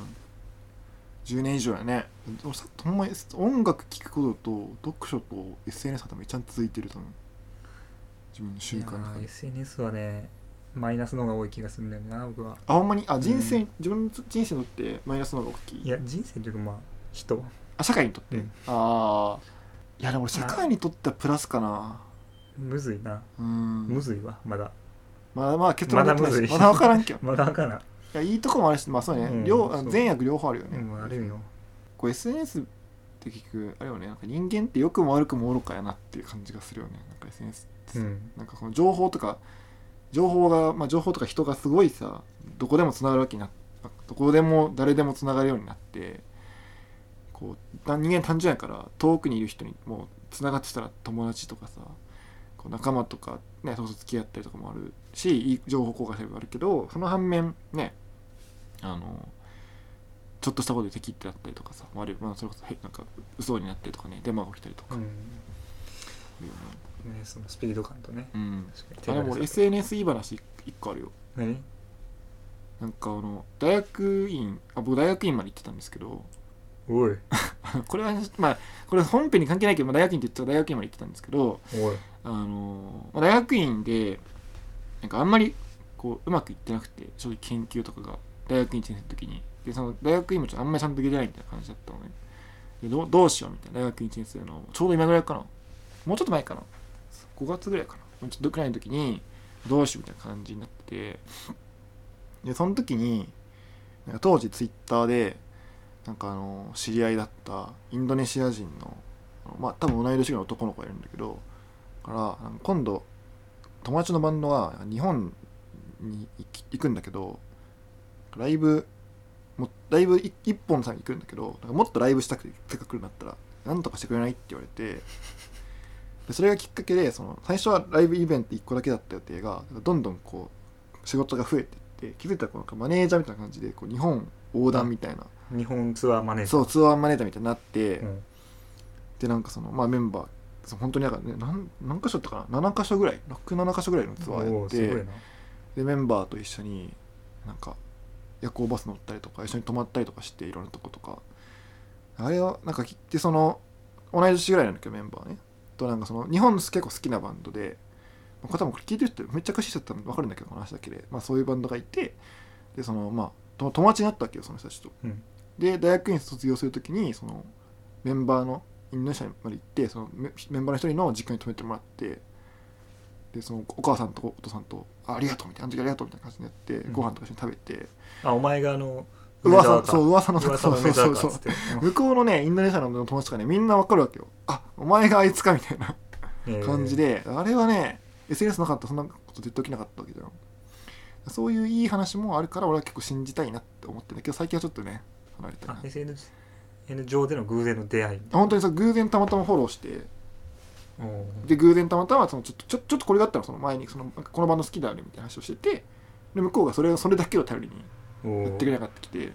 Speaker 2: 10年以上やね俺さほんまに音楽聴くことと読書と SNS がめっちゃ続いてる多分自分の習
Speaker 1: いや
Speaker 2: 慣の中
Speaker 1: ー
Speaker 2: で
Speaker 1: SNS はねマイナスの方が多い気がするんだよな僕は
Speaker 2: あほんまにあ人生、
Speaker 1: う
Speaker 2: 自分の人生にとってマイナスの方が大きい
Speaker 1: いや人生というかまあ人
Speaker 2: あ社会にとって、
Speaker 1: うん
Speaker 2: ああいやでも俺社会にとってはプラスかな
Speaker 1: むずいな
Speaker 2: うん
Speaker 1: むずいわまだ
Speaker 2: まあまあ結論出てないし
Speaker 1: まだむずい
Speaker 2: まだ分からんけど
Speaker 1: (laughs) まだわからん
Speaker 2: いやいいとこもあるしまあそうね、
Speaker 1: うん
Speaker 2: 両
Speaker 1: そう
Speaker 2: 善悪両方あるよね、
Speaker 1: うんあるよ
Speaker 2: こう SNS って結局あれよねなんか人間って良くも悪くも愚かやなっていう感じがするよねなんか SNS って、
Speaker 1: うん
Speaker 2: なんかこの情報とか情報がまあ情報とか人がすごいさどこでもつながるわけになどこでも誰でもつながるようになってこうた人間単純やから遠くにいる人にもうつながってたら友達とかさこう仲間とかねそうそう付き合ったりとかもあるしいい情報交換したりもあるけどその反面ねあのちょっとしたことで敵ってなったりとかさあるいはまあそれこそへなんか嘘になったりとかねデマが起きたりとか、
Speaker 1: う
Speaker 2: うん
Speaker 1: んねそのスピード感とね
Speaker 2: うん、
Speaker 1: 確かに
Speaker 2: あでも
Speaker 1: 軽
Speaker 2: 俺
Speaker 1: さと
Speaker 2: SNS いい話一個あるよ
Speaker 1: 何
Speaker 2: なんかあの大学院あ僕大学院まで行ってたんですけど (laughs)
Speaker 1: おい
Speaker 2: これはまあこれ本編に関係ないけど、まあ、大学院って言ってたら大学院まで行ってたんですけど
Speaker 1: おい
Speaker 2: あの、まあ、大学院でなんかあんまりこううまくいってなくて正直研究とかが大学院1年生の時にでその大学院もちょっとあんまりちゃんと行けてないみたいな感じだったのねでどうどうしようみたいな大学院1年生のちょうど今ぐらいかなもうちょっと前かな5月ぐらいかなもうちょっとくらいの時にどうしようみたいな感じになっててでその時になんか当時ツイッターでなんかあの知り合いだったインドネシア人のあのまあ多分同い年ぐらいの男の子がいるんだけどだからあの今度友達のバンドが日本に行き行くんだけどライブもライブい一本さん行くんだけどなんかもっとライブしたくてせっかく来るんだったらなんとかしてくれないって言われてでそれがきっかけでその最初はライブイベント1個だけだった予定がどんどんこう仕事が増えていって気づいたらこうなんかマネージャーみたいな感じでこう日本横断みたいな、
Speaker 1: 日本ツアーマネージャ
Speaker 2: そうツアーマネージャーみたいになって、
Speaker 1: ーうん
Speaker 2: でなんかその、まあ、メンバーその本当になんか、ね、何何箇所だったかな7箇所ぐらい67箇所ぐらいのツアーや
Speaker 1: お
Speaker 2: っ
Speaker 1: ー
Speaker 2: て
Speaker 1: すごいな
Speaker 2: でメンバーと一緒になんか夜行バス乗ったりとか一緒に泊まったりとかしていろんなとことかあれはなんかでその同い年ぐらいなんだけどメンバーねとなんかその日本の結構好きなバンドでまあこれ多分これ聞いてる人めっちゃ詳しい人だったら分かるんだけどこの話だけで、まあ、そういうバンドがいてでそのまあと友達になったわけよその人たちと、
Speaker 1: うん
Speaker 2: で大学院卒業するときにそのメンバーのインドネシアまで行ってそのメメンバーの一人の実家に泊めてもらってでそのお母さんとお父さんと「あありがとう」みたいな「あの時ありがとう」みたいな感じになって、
Speaker 1: うん
Speaker 2: ご飯とか一緒に食べて
Speaker 1: あお前があの
Speaker 2: 噂そう噂の
Speaker 1: 噂の
Speaker 2: そう
Speaker 1: 梅
Speaker 2: そ
Speaker 1: 沢
Speaker 2: う
Speaker 1: か
Speaker 2: そ
Speaker 1: っ
Speaker 2: う
Speaker 1: つって
Speaker 2: 向こうのねインドネシアの友達とかねみんなわかるわけよあお前があいつかみたいな
Speaker 1: (laughs) うん
Speaker 2: 感じで、あれはね SNS なかったらそんなこと絶対起きなかったわけじゃんそういういい話もあるから俺は結構信じたいなって思ってるんだけど最近はちょっとね離れてる
Speaker 1: あ
Speaker 2: な
Speaker 1: SNS 上での偶然の出会い
Speaker 2: 本当にさ偶然たまたまフォローして
Speaker 1: おー
Speaker 2: で偶然たまたまそのちょっとちょちょっとこれがあったのその前にそのなんかこのバンド好きだよねみたいな話をしててで向こうがそれをそれだけを頼りに
Speaker 1: お
Speaker 2: や
Speaker 1: ー
Speaker 2: ってくれなかったきて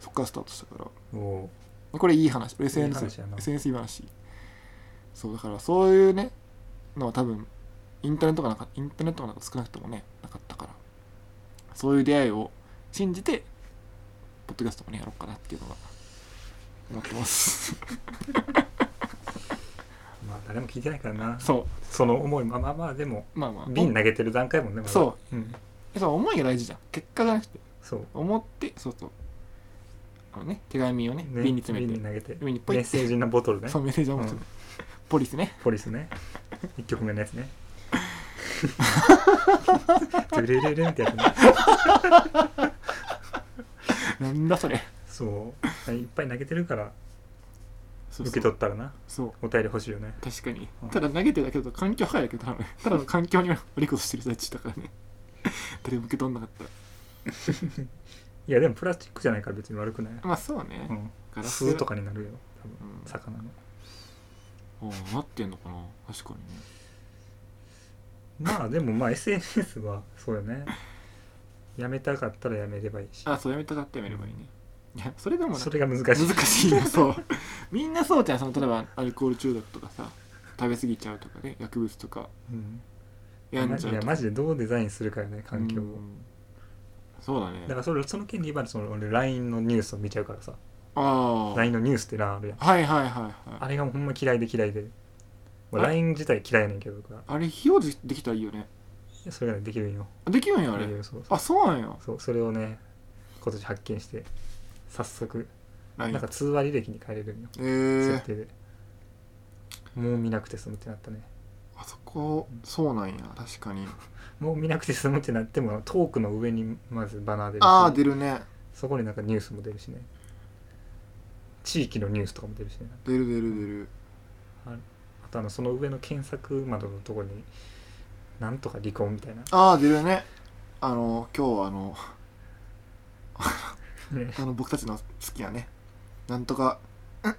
Speaker 2: そっからスタートしたから
Speaker 1: お
Speaker 2: これいい話 SNS
Speaker 1: 話やな
Speaker 2: SNS いい話そうだからそういうねのは多分インターネットがなんかインターネットがなんか少なくともねなかったからそういう出会いを信じてポッドキャストもねやろうかなっていうのが思ってます (laughs)
Speaker 1: ーまあ誰も聞いてないからな
Speaker 2: そ
Speaker 1: その思いまあまあまあでも
Speaker 2: うまあまあ
Speaker 1: 瓶投げてる段階もんね、まだ、
Speaker 2: そう
Speaker 1: うん、
Speaker 2: えそう思いが大事じゃん結果じゃなくて
Speaker 1: そう
Speaker 2: 思ってそうそうあのね手紙をね
Speaker 1: ね
Speaker 2: 瓶に詰め
Speaker 1: 瓶
Speaker 2: て
Speaker 1: に投げて
Speaker 2: 瓶にポイ
Speaker 1: メ
Speaker 2: っ
Speaker 1: ッ
Speaker 2: て
Speaker 1: セージのボトルね
Speaker 2: そうメッセージを持つ、
Speaker 1: うん
Speaker 2: ポリスね
Speaker 1: ポリスね1曲目のやつ
Speaker 2: (laughs)
Speaker 1: ねトゥルルルンってやつね
Speaker 2: なんだそれ
Speaker 1: そういっぱい投げてるから
Speaker 2: そう
Speaker 1: 受け
Speaker 2: そう
Speaker 1: 取ったらな
Speaker 2: そう
Speaker 1: お便り欲しいよね
Speaker 2: 確かに、
Speaker 1: うん
Speaker 2: ただ投げてるだけだと環境破壊だけどただ,、
Speaker 1: (laughs)
Speaker 2: ただの環境に悪いことしてる人たちだからね (laughs) 誰も受け取んなかっ
Speaker 1: いやでもプラスチックじゃないから別に悪くない、
Speaker 2: たまあそうね、
Speaker 1: うん、
Speaker 2: ガラス
Speaker 1: 数とかになるよ多分
Speaker 2: うん
Speaker 1: 魚の
Speaker 2: おーなってんのかな確かにね
Speaker 1: まあでもまあ SNS はそうよねやめたかったらやめればいいし
Speaker 2: あそうやめたかったらやめればいいね、いやそれでもなんか
Speaker 1: それが難しい
Speaker 2: 難し
Speaker 1: (laughs)
Speaker 2: いよそうみんなそうじゃんその例えばアルコール中毒とかさ食べ過ぎちゃうとかね薬物とか
Speaker 1: うん
Speaker 2: 病んじゃ
Speaker 1: いうや
Speaker 2: とか
Speaker 1: マジでどうデザインするかよね環境を、
Speaker 2: うんそうだね
Speaker 1: だからそれその件で言えばその俺 LINE のニュースを見ちゃうからさ
Speaker 2: ああはい
Speaker 1: LINE のニュースってなあるやん
Speaker 2: はいはいはい
Speaker 1: あれがほんま嫌いで嫌いで、まあ、
Speaker 2: あれ
Speaker 1: LINE 自体嫌いやねんけど僕は
Speaker 2: あれ費用でできたらいいよね
Speaker 1: それがねできるんよ
Speaker 2: あできるんやあ
Speaker 1: でき
Speaker 2: れ
Speaker 1: るそうそう
Speaker 2: あそうなんや
Speaker 1: そうそれをね今年発見して早速
Speaker 2: な
Speaker 1: なんか通話履歴に変えれるんよ
Speaker 2: え
Speaker 1: 設
Speaker 2: ー、
Speaker 1: 定でもう見なくて済むってなったね
Speaker 2: あそこそうなんや確かに
Speaker 1: もう見なくて済むってなってもトークの上にまずバナー出るし
Speaker 2: ああ出るね
Speaker 1: そこになんかニュースも出るしね地域のニュースとかも出るしね
Speaker 2: 出る出る出る
Speaker 1: あとあのその上の検索窓のとこになんとか離婚みたいな
Speaker 2: ああ出るねあの今日あのあの僕たちの好きなねなんとか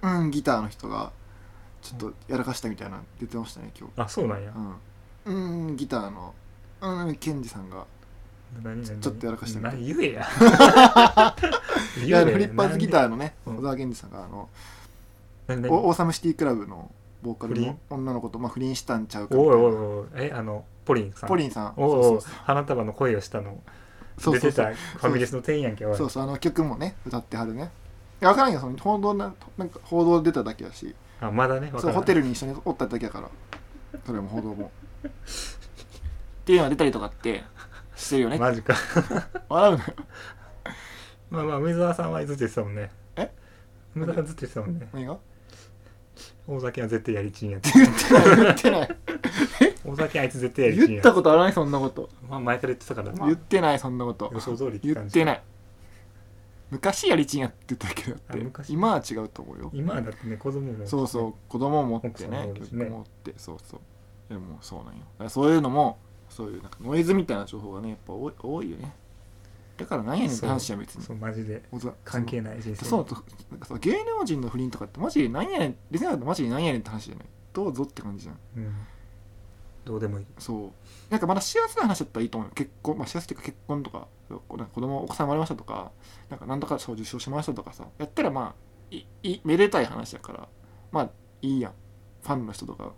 Speaker 2: うんうんギターの人がちょっとやらかしたみたいな出てましたね今
Speaker 1: あそうなんや
Speaker 2: 日うんうんギターのうんケンジさんが
Speaker 1: 何何
Speaker 2: ちょっとやらかしてみた
Speaker 1: な言えや言
Speaker 2: いやフリッパーズギタ
Speaker 1: ー
Speaker 2: ーのね
Speaker 1: うん
Speaker 2: 小沢健二さんがあの
Speaker 1: なんで
Speaker 2: おオーサムシティクラブのボーカル
Speaker 1: 不
Speaker 2: の
Speaker 1: 倫
Speaker 2: 女の子とまあ不倫したんちゃうかみ
Speaker 1: おい
Speaker 2: た
Speaker 1: おいおい
Speaker 2: いな
Speaker 1: えあのポリンさん
Speaker 2: ポリンさん
Speaker 1: おい
Speaker 2: そ
Speaker 1: お
Speaker 2: う
Speaker 1: い
Speaker 2: そう
Speaker 1: 花束の恋をしたの
Speaker 2: そう
Speaker 1: 出
Speaker 2: そう
Speaker 1: て
Speaker 2: そう
Speaker 1: たファミレスの店員やんけおい
Speaker 2: そうそうあの曲もね歌ってはるねいや分からんよその報道ななんか報道出ただけだし
Speaker 1: あまだねわ
Speaker 2: そ
Speaker 1: か
Speaker 2: う
Speaker 1: ら
Speaker 2: ホテ
Speaker 1: ル
Speaker 2: ルに一緒におっただけだからそれも報道 (laughs) もっていうのが出たりとかってしてるよね
Speaker 1: マジか
Speaker 2: 笑うのよ
Speaker 1: まあまあ梅沢さんはずっと言ってたもんね
Speaker 2: え
Speaker 1: 梅沢さんずっと言ってたもんね
Speaker 2: 何が
Speaker 1: 大酒は絶対やりちんやって
Speaker 2: 言ってない言ってない
Speaker 1: 大酒あいつ絶対やりちん
Speaker 2: 言
Speaker 1: や
Speaker 2: ったことあらないそんなこと
Speaker 1: まあ前から言ってたからまあ
Speaker 2: 言ってないそんなこと
Speaker 1: 予想通りって
Speaker 2: 言
Speaker 1: 感
Speaker 2: っ
Speaker 1: じ
Speaker 2: てない昔やりちんやってたけどだ
Speaker 1: あ
Speaker 2: って
Speaker 1: 昔
Speaker 2: 今は違うと思うよ
Speaker 1: 今はだってね子供も
Speaker 2: そうそう子供も持ってね
Speaker 1: 奥さ
Speaker 2: 結
Speaker 1: んもいるしね
Speaker 2: 婚持ってそうそうでもそうなんよだからそういうのもそういうなんかノイズみたいな情報がねやっぱ多い多いよねだからなんやねんって話は別に
Speaker 1: そうマジで
Speaker 2: おざ
Speaker 1: 関係ない人生
Speaker 2: そうそうなんかその芸能人の不倫とかってマジでなんやねんリスナーだとマジでなんやねんって話じゃないどうぞって感じじゃん
Speaker 1: うん、どうでもいい
Speaker 2: そうなんかまだ幸せな話だったらいいと思うよ結婚まあ幸せっていうか結婚とかこうなんか子供お子さん生まれましたとかなんか何とか賞受賞しましたとかさやったらまあいいめでたい話だからまあいいやんファンの人とか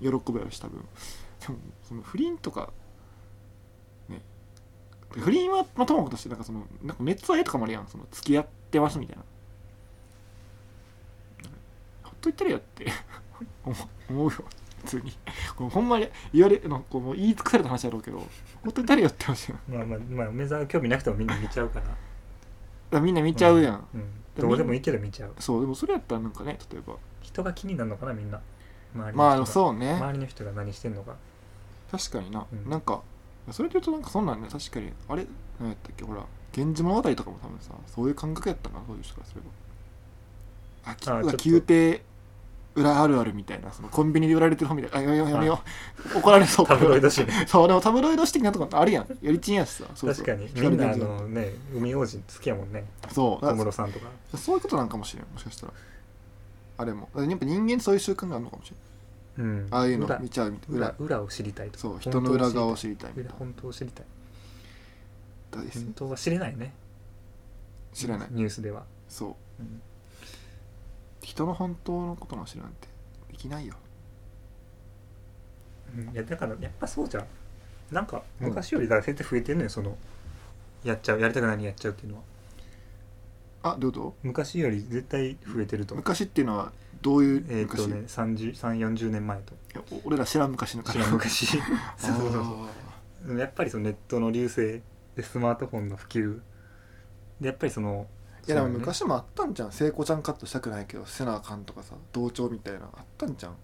Speaker 2: 喜ぶやろし多分でもその不倫とかね不倫は、まあ、ともかくとしてなんかそのなんか熱愛とかもあるやんその付き合ってますみたいなほっといたらやって (laughs) 思思うよ普通に (laughs) これほんまに言われのこうもう言い尽くされた話やろうけどほっといたらやってほしいなだか
Speaker 1: まあまあまあ梅沢興味なくてもみんな見ちゃうから、
Speaker 2: らみんな見ちゃうやん、
Speaker 1: うん、どうでもいいけど見ちゃう
Speaker 2: そうでもそれやったらなんかね例えば
Speaker 1: 人が気になるのかなみんな周りの人が、
Speaker 2: まあそうね、
Speaker 1: 周りの人が何してんのか
Speaker 2: 確かにな、
Speaker 1: うん
Speaker 2: なんかそれで言うとなんかそんなんね確かにあれ何やったっけほら「源氏物語」とかも多分さそういう感覚やったかなそういう人からすればあき
Speaker 1: あー
Speaker 2: うわ
Speaker 1: ちょっと
Speaker 2: 宮廷裏あるあるみたいなそのコンビニで売られてる本みたいなあやめようやめよう怒られそう
Speaker 1: タブロイド紙ね
Speaker 2: そうでもタブロイド紙的なとこってあるやんよりちんやしさそうそ
Speaker 1: 確
Speaker 2: う
Speaker 1: かに
Speaker 2: 光
Speaker 1: みんなあ
Speaker 2: 源氏
Speaker 1: のね海王子好きやもんね
Speaker 2: そう
Speaker 1: 小
Speaker 2: だか
Speaker 1: 室さんとから
Speaker 2: そういうことなんかもしれんもしかしたらあれもだからやっぱ人間ってそういう習慣があるのかもしれん
Speaker 1: うん
Speaker 2: ああいうの
Speaker 1: 裏
Speaker 2: 見ちゃうみたいな
Speaker 1: 裏
Speaker 2: 裏
Speaker 1: 裏を知りたいとか
Speaker 2: そう人の裏側を知りたいみ
Speaker 1: 裏
Speaker 2: たい
Speaker 1: 本当を知りたい
Speaker 2: な大
Speaker 1: 本
Speaker 2: 事
Speaker 1: 当は知れないね
Speaker 2: 知らない
Speaker 1: ニュースでは、
Speaker 2: そう
Speaker 1: うん
Speaker 2: 人の本当のことの知るなんてできないよ
Speaker 1: うんいやだからやっぱそうじゃんなんか昔よりだから先生増えてんのよそのやっちゃうやりたくないのやっちゃうっていうのは
Speaker 2: あどうぞ
Speaker 1: 昔より絶対増えてると思う
Speaker 2: 昔っていうのはどういう
Speaker 1: えーっ
Speaker 2: 昔、
Speaker 1: とね3040年
Speaker 2: (laughs)
Speaker 1: 前と
Speaker 2: いやお俺ら知らん昔の
Speaker 1: 知らん昔そう
Speaker 2: そう
Speaker 1: (laughs) そうそうでもやっぱりそのネットの流星でスマートフォンの普及でやっぱりその
Speaker 2: いやでも
Speaker 1: そうね
Speaker 2: 昔もあったんじゃん聖子ちゃんカットしたくないけどせなあかんとかさ同調みたいなあったんじ
Speaker 1: (laughs)
Speaker 2: ゃん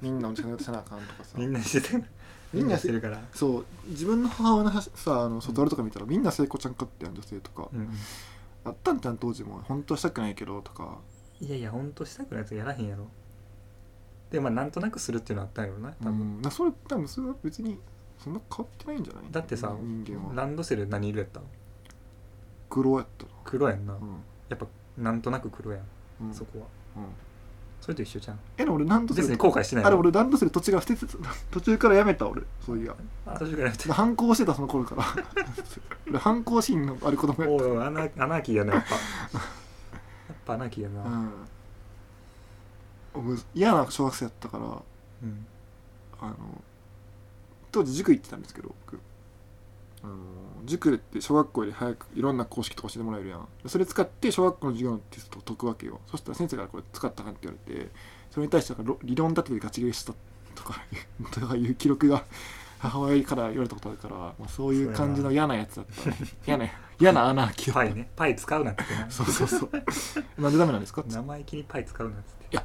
Speaker 2: みんなお時間せなあかんとかさ
Speaker 1: みんなしてた
Speaker 2: み
Speaker 1: み
Speaker 2: ん
Speaker 1: ん
Speaker 2: な
Speaker 1: な
Speaker 2: し
Speaker 1: してるから、
Speaker 2: そう自分の母親の写さあの外あるとか見たら、みんな聖子ちゃんカットやん女性とか、
Speaker 1: うん
Speaker 2: あったんじゃん当時も本当はしたくないけどとか
Speaker 1: いやいやほんとしたくないやつやらへんやろでまあなんとなくするっていうのはあったんやろな多
Speaker 2: う
Speaker 1: 分、
Speaker 2: ん、なそれ多分それは別にそんな変わってないんじゃない
Speaker 1: だってさ
Speaker 2: 人間は
Speaker 1: ランドセル何色やった
Speaker 2: 黒やったな
Speaker 1: 黒やんな、
Speaker 2: うん、
Speaker 1: やっぱなんとなく黒やん、
Speaker 2: うん
Speaker 1: そこは
Speaker 2: うん、
Speaker 1: それと一緒じゃん
Speaker 2: えでも俺ランドセ
Speaker 1: 別に
Speaker 2: ル
Speaker 1: 後悔してない
Speaker 2: あれ俺ランドセル途中から捨ててた途中からやめた俺そういや
Speaker 1: あ途中からやめて
Speaker 2: 反抗してたその
Speaker 1: (laughs)
Speaker 2: 頃から俺反抗心のある子供や
Speaker 1: お
Speaker 2: っ
Speaker 1: いおいアナアナーキーやなやっぱやっぱアナーキーや
Speaker 2: た
Speaker 1: な、
Speaker 2: うん俺嫌な小学生やったから
Speaker 1: うん
Speaker 2: あの当時塾行ってたんですけど僕あの塾って小学校より早くいろんな公式とか教えてもらえるやんそれ使って小学校の授業のテストを解くわけよそしたら先生からこれ使ったかんって言われてそれに対してなんかろ理論立ててガチ切れしたとか (laughs) とかいう記録が母親から言われたことあるから、まあ、そういう感じの嫌なやつだった、ね、嫌な嫌な穴開き
Speaker 1: パイねパイ使うなっつってな
Speaker 2: そうそうそうなんでダメなんですかって
Speaker 1: 生意気にパイ使うなっつって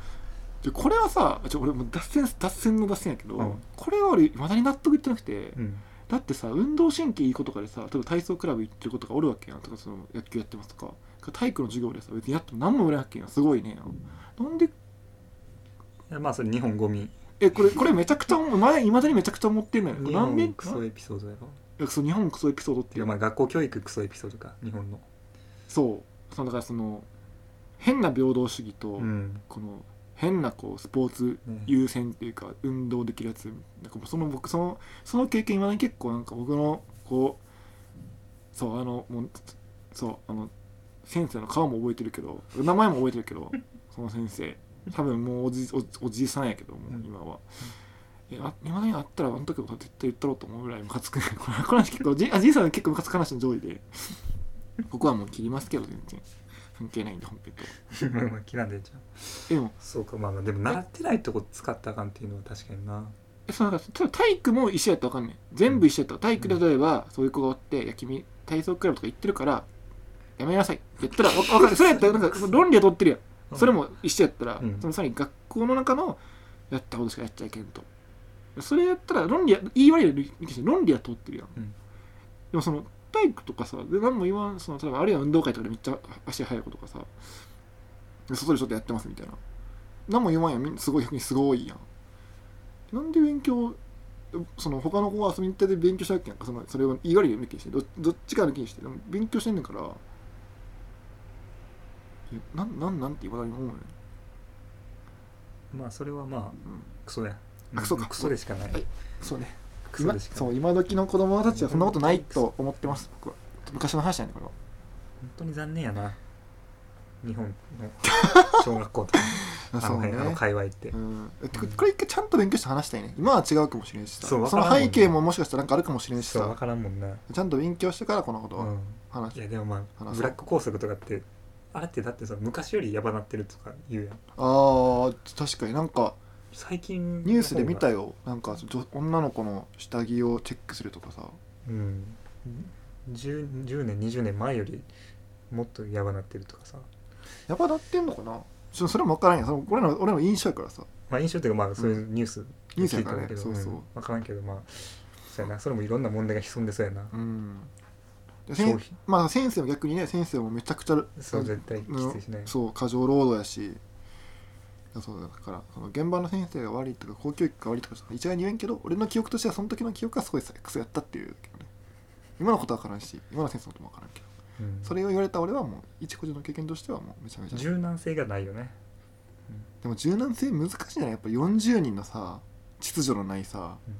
Speaker 2: でこれはさちょ俺もう脱線脱線の脱線やけど、
Speaker 1: うん
Speaker 2: これは俺まだに納得いってなくて、
Speaker 1: うん
Speaker 2: だってさ運動神経いい子とかでさ例えば体操クラブ行ってる子とかおるわけやんとかその野球やってますとか体育の授業でさ別にやっても何も売れなきゃやんすごいねなんで
Speaker 1: いやまあそれ日本ゴミ
Speaker 2: えこれこれめちゃくちゃ前いまだにめちゃくちゃ思ってんのよ
Speaker 1: 日
Speaker 2: なんで
Speaker 1: 本クソエピソードやろ
Speaker 2: なそう日本クソエピソードって
Speaker 1: い
Speaker 2: い
Speaker 1: や
Speaker 2: う
Speaker 1: まあ学校教育クソエピソードか日本の
Speaker 2: そうそのだからその変な平等主義と、
Speaker 1: うん、
Speaker 2: この変なこうスポーツ
Speaker 1: ね
Speaker 2: 優先っていうか運動できるやつなんかもうその僕そのその経験いまだに結構なんか僕のこうそうあのもうそうあの先生の顔も覚えてるけど名前も覚えてる
Speaker 1: (laughs)
Speaker 2: けどその先生多分もうおじおおじいさんやけども
Speaker 1: うん
Speaker 2: 今は。いまだにあったらあの時のこと絶対言ったろうと思うぐらいムカつく (laughs) この話結構じあじいさん結構ムカつく話の上位で僕はもう切りますけど全然関係ないんで本編とは
Speaker 1: まあまあ切らんでええじゃん
Speaker 2: でも
Speaker 1: そうかまあまあでも習ってないとこ使ったらあかんっていうのは確かにな
Speaker 2: えそうなんか例えば体育も一緒やったら分かんない全部一緒やったら体育で例えばそういう子がおって「いや君体操クラブとか行ってるからやめなさい」って言ったら分かるそれやったらなんか論理は取ってるやんそれも一緒やったら、
Speaker 1: うん
Speaker 2: そのさらに学校の中のやったことしかやっちゃいけんとそれやったら論理は言い悪いより論理は通ってるやん、
Speaker 1: うん
Speaker 2: でもその体育とかさで何も言わんその例えばあるいは運動会とかでめっちゃ足速い子とかさ外でちょっとやってますみたいな何も言わんやんみんなすごい逆にすごいやんなんで勉強その他の子が遊びに行って勉強したわけやんかそのそれを言い悪いより抜きにしてどどっちか抜きにしてでも勉強してんねんからいやなんなんなんて言わないもんね、
Speaker 1: まあそれはまあ
Speaker 2: うん、
Speaker 1: クソや
Speaker 2: あクソか
Speaker 1: クソでしかない、
Speaker 2: はいそうね
Speaker 1: クソ
Speaker 2: 今
Speaker 1: でしかない
Speaker 2: そう今時の子供たちはそんなことないと思ってます僕は昔の話やねこれは (laughs)
Speaker 1: 本当に残念やな日本の小学校とかあの辺、あの界隈って、
Speaker 2: うん、てかこれ一回ちゃんと勉強して話したいね今は違うかもしれんしさ
Speaker 1: そうわ
Speaker 2: そ
Speaker 1: からんもん
Speaker 2: の
Speaker 1: ね
Speaker 2: 背景ももしかしたらなんかあるかもしれんし
Speaker 1: ちょっと分
Speaker 2: さ
Speaker 1: からんもんな、
Speaker 2: ちゃんと勉強してからこのこと
Speaker 1: う
Speaker 2: を
Speaker 1: ん、
Speaker 2: 話
Speaker 1: い
Speaker 2: す、
Speaker 1: やでもまあ
Speaker 2: 話そう
Speaker 1: ブラック拘束とかってあれってだってさ昔よりやばなってるとか言うやん
Speaker 2: あー確かになんか
Speaker 1: 最近
Speaker 2: ニュースで見た
Speaker 1: よ、
Speaker 2: よなんか女女の子の下着をチェックするとかさ
Speaker 1: うん、10, 10年20年前よりもっとやばなってるとかさ
Speaker 2: やっぱなってんのかなちょそれも分からんやその俺の俺の印象やからさ
Speaker 1: まあ印象というかまあそういうニュース
Speaker 2: ニュースやから
Speaker 1: 聞い
Speaker 2: ね
Speaker 1: たけど
Speaker 2: そうそう、
Speaker 1: ん分からんけどまあそうやなそれもいろんな問題が潜んでそうやな、
Speaker 2: うんでせん
Speaker 1: 消費
Speaker 2: まあ先生も逆にね先生もめちゃくちゃ
Speaker 1: そう絶対きついし
Speaker 2: う
Speaker 1: ね
Speaker 2: んそう過剰労働やしそうだからその現場の先生が悪いとか高級育が悪いとか一概に言えんけど俺の記憶としてはその時の記憶はすごいセックスやったっていうだけどね今のことは分からんし今の先生のことも分からんけど
Speaker 1: うん
Speaker 2: それを言われた俺はもう一個人の経験としてはもうめちゃめちゃ
Speaker 1: 柔軟性がないよね
Speaker 2: でも柔軟性難しいんじゃないやっぱ40人のさ秩序のないさ、
Speaker 1: うん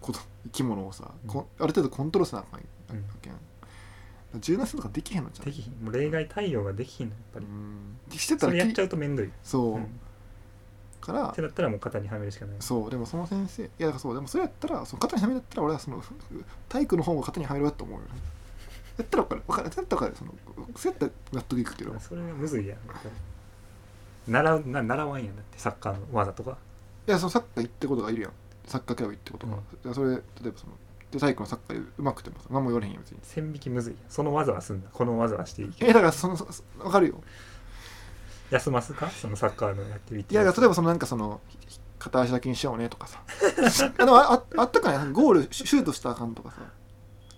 Speaker 2: こと生き物をさ、こんある程度コントロールせなあかん
Speaker 1: うん
Speaker 2: わけん、柔軟性とかできへんのじゃん
Speaker 1: できひんもう例外対応ができひんのやっぱり、
Speaker 2: うんしてた
Speaker 1: そ
Speaker 2: ら
Speaker 1: れやっ
Speaker 2: き
Speaker 1: ちゃうとめんどい、
Speaker 2: そう、
Speaker 1: うん
Speaker 2: から
Speaker 1: ってなったらもう肩にはめるしかない
Speaker 2: そうでもその先生いやだからそうでもそれやったらその肩にはめだったら俺はその体育の方も肩にはめろやと思うよねやったら分かる分かるやったら分かるそのそうやったら納得いくけどい
Speaker 1: それがむずいやん習うな習わんやんだってサッカーの技とか
Speaker 2: やそのサッカー行ってことがいるやんサッカークラブ行ってことが、
Speaker 1: うん
Speaker 2: いやそれ例えばそので体育のサッカーでうまくてもさ何も言われへんよ別に
Speaker 1: 線引きむずいやんその技はすんだこの技はしていい
Speaker 2: えだからそのそそ分かるよ
Speaker 1: 休ますかそのサッカーのやってる
Speaker 2: いやだから例えばそのなんかそのひひ片足だけにしようねとかさ (laughs) あでもあああったくないゴールシュシュートしたらあかんとかさ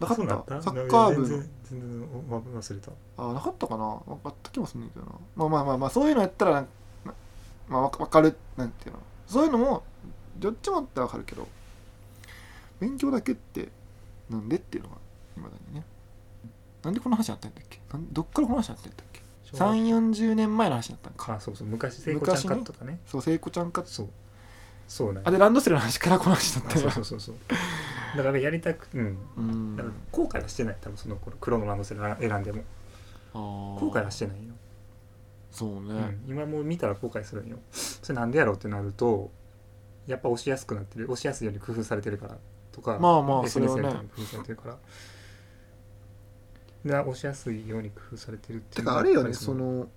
Speaker 2: なか
Speaker 1: そうなん
Speaker 2: った
Speaker 1: だ
Speaker 2: サッカー部
Speaker 1: 全
Speaker 2: の
Speaker 1: 然全然わ忘れた
Speaker 2: あなかったかなわかった気もするんだけどなまあまあまあまあそういうのやったらなんなまあわかわかるなんていうのそういうのもどっちもあってわかるけど勉強だけってなんでっていうのがいまだにねなんでこの話あったんだっけなんどっからこの話あったんだっけ3 4 0年前の話だったんか
Speaker 1: あそうそう昔聖子ちゃんカットとかね
Speaker 2: そう聖子ちゃんか
Speaker 1: そうそうなん
Speaker 2: あ
Speaker 1: や
Speaker 2: でランドセルの話からこの話だっ
Speaker 1: あ
Speaker 2: た
Speaker 1: そ
Speaker 2: よ
Speaker 1: うそうそうそうだからやりたくうん
Speaker 2: うん
Speaker 1: だから後悔はしてない多分その頃黒のランドセル選んでも後
Speaker 2: 後
Speaker 1: 悔はしてないよ、
Speaker 2: そう
Speaker 1: う
Speaker 2: ね
Speaker 1: ん、今もう見たら後悔するんよそれなんでやろうってなるとやっぱ押しやすくなってる押しやすいように工夫されてるからとか
Speaker 2: まあまあ
Speaker 1: SNS
Speaker 2: それはね
Speaker 1: やったり工夫されてるからな押しやすいように工夫されてるって
Speaker 2: て
Speaker 1: いうの
Speaker 2: か
Speaker 1: は
Speaker 2: あれよ
Speaker 1: や
Speaker 2: ね
Speaker 1: っぱり
Speaker 2: その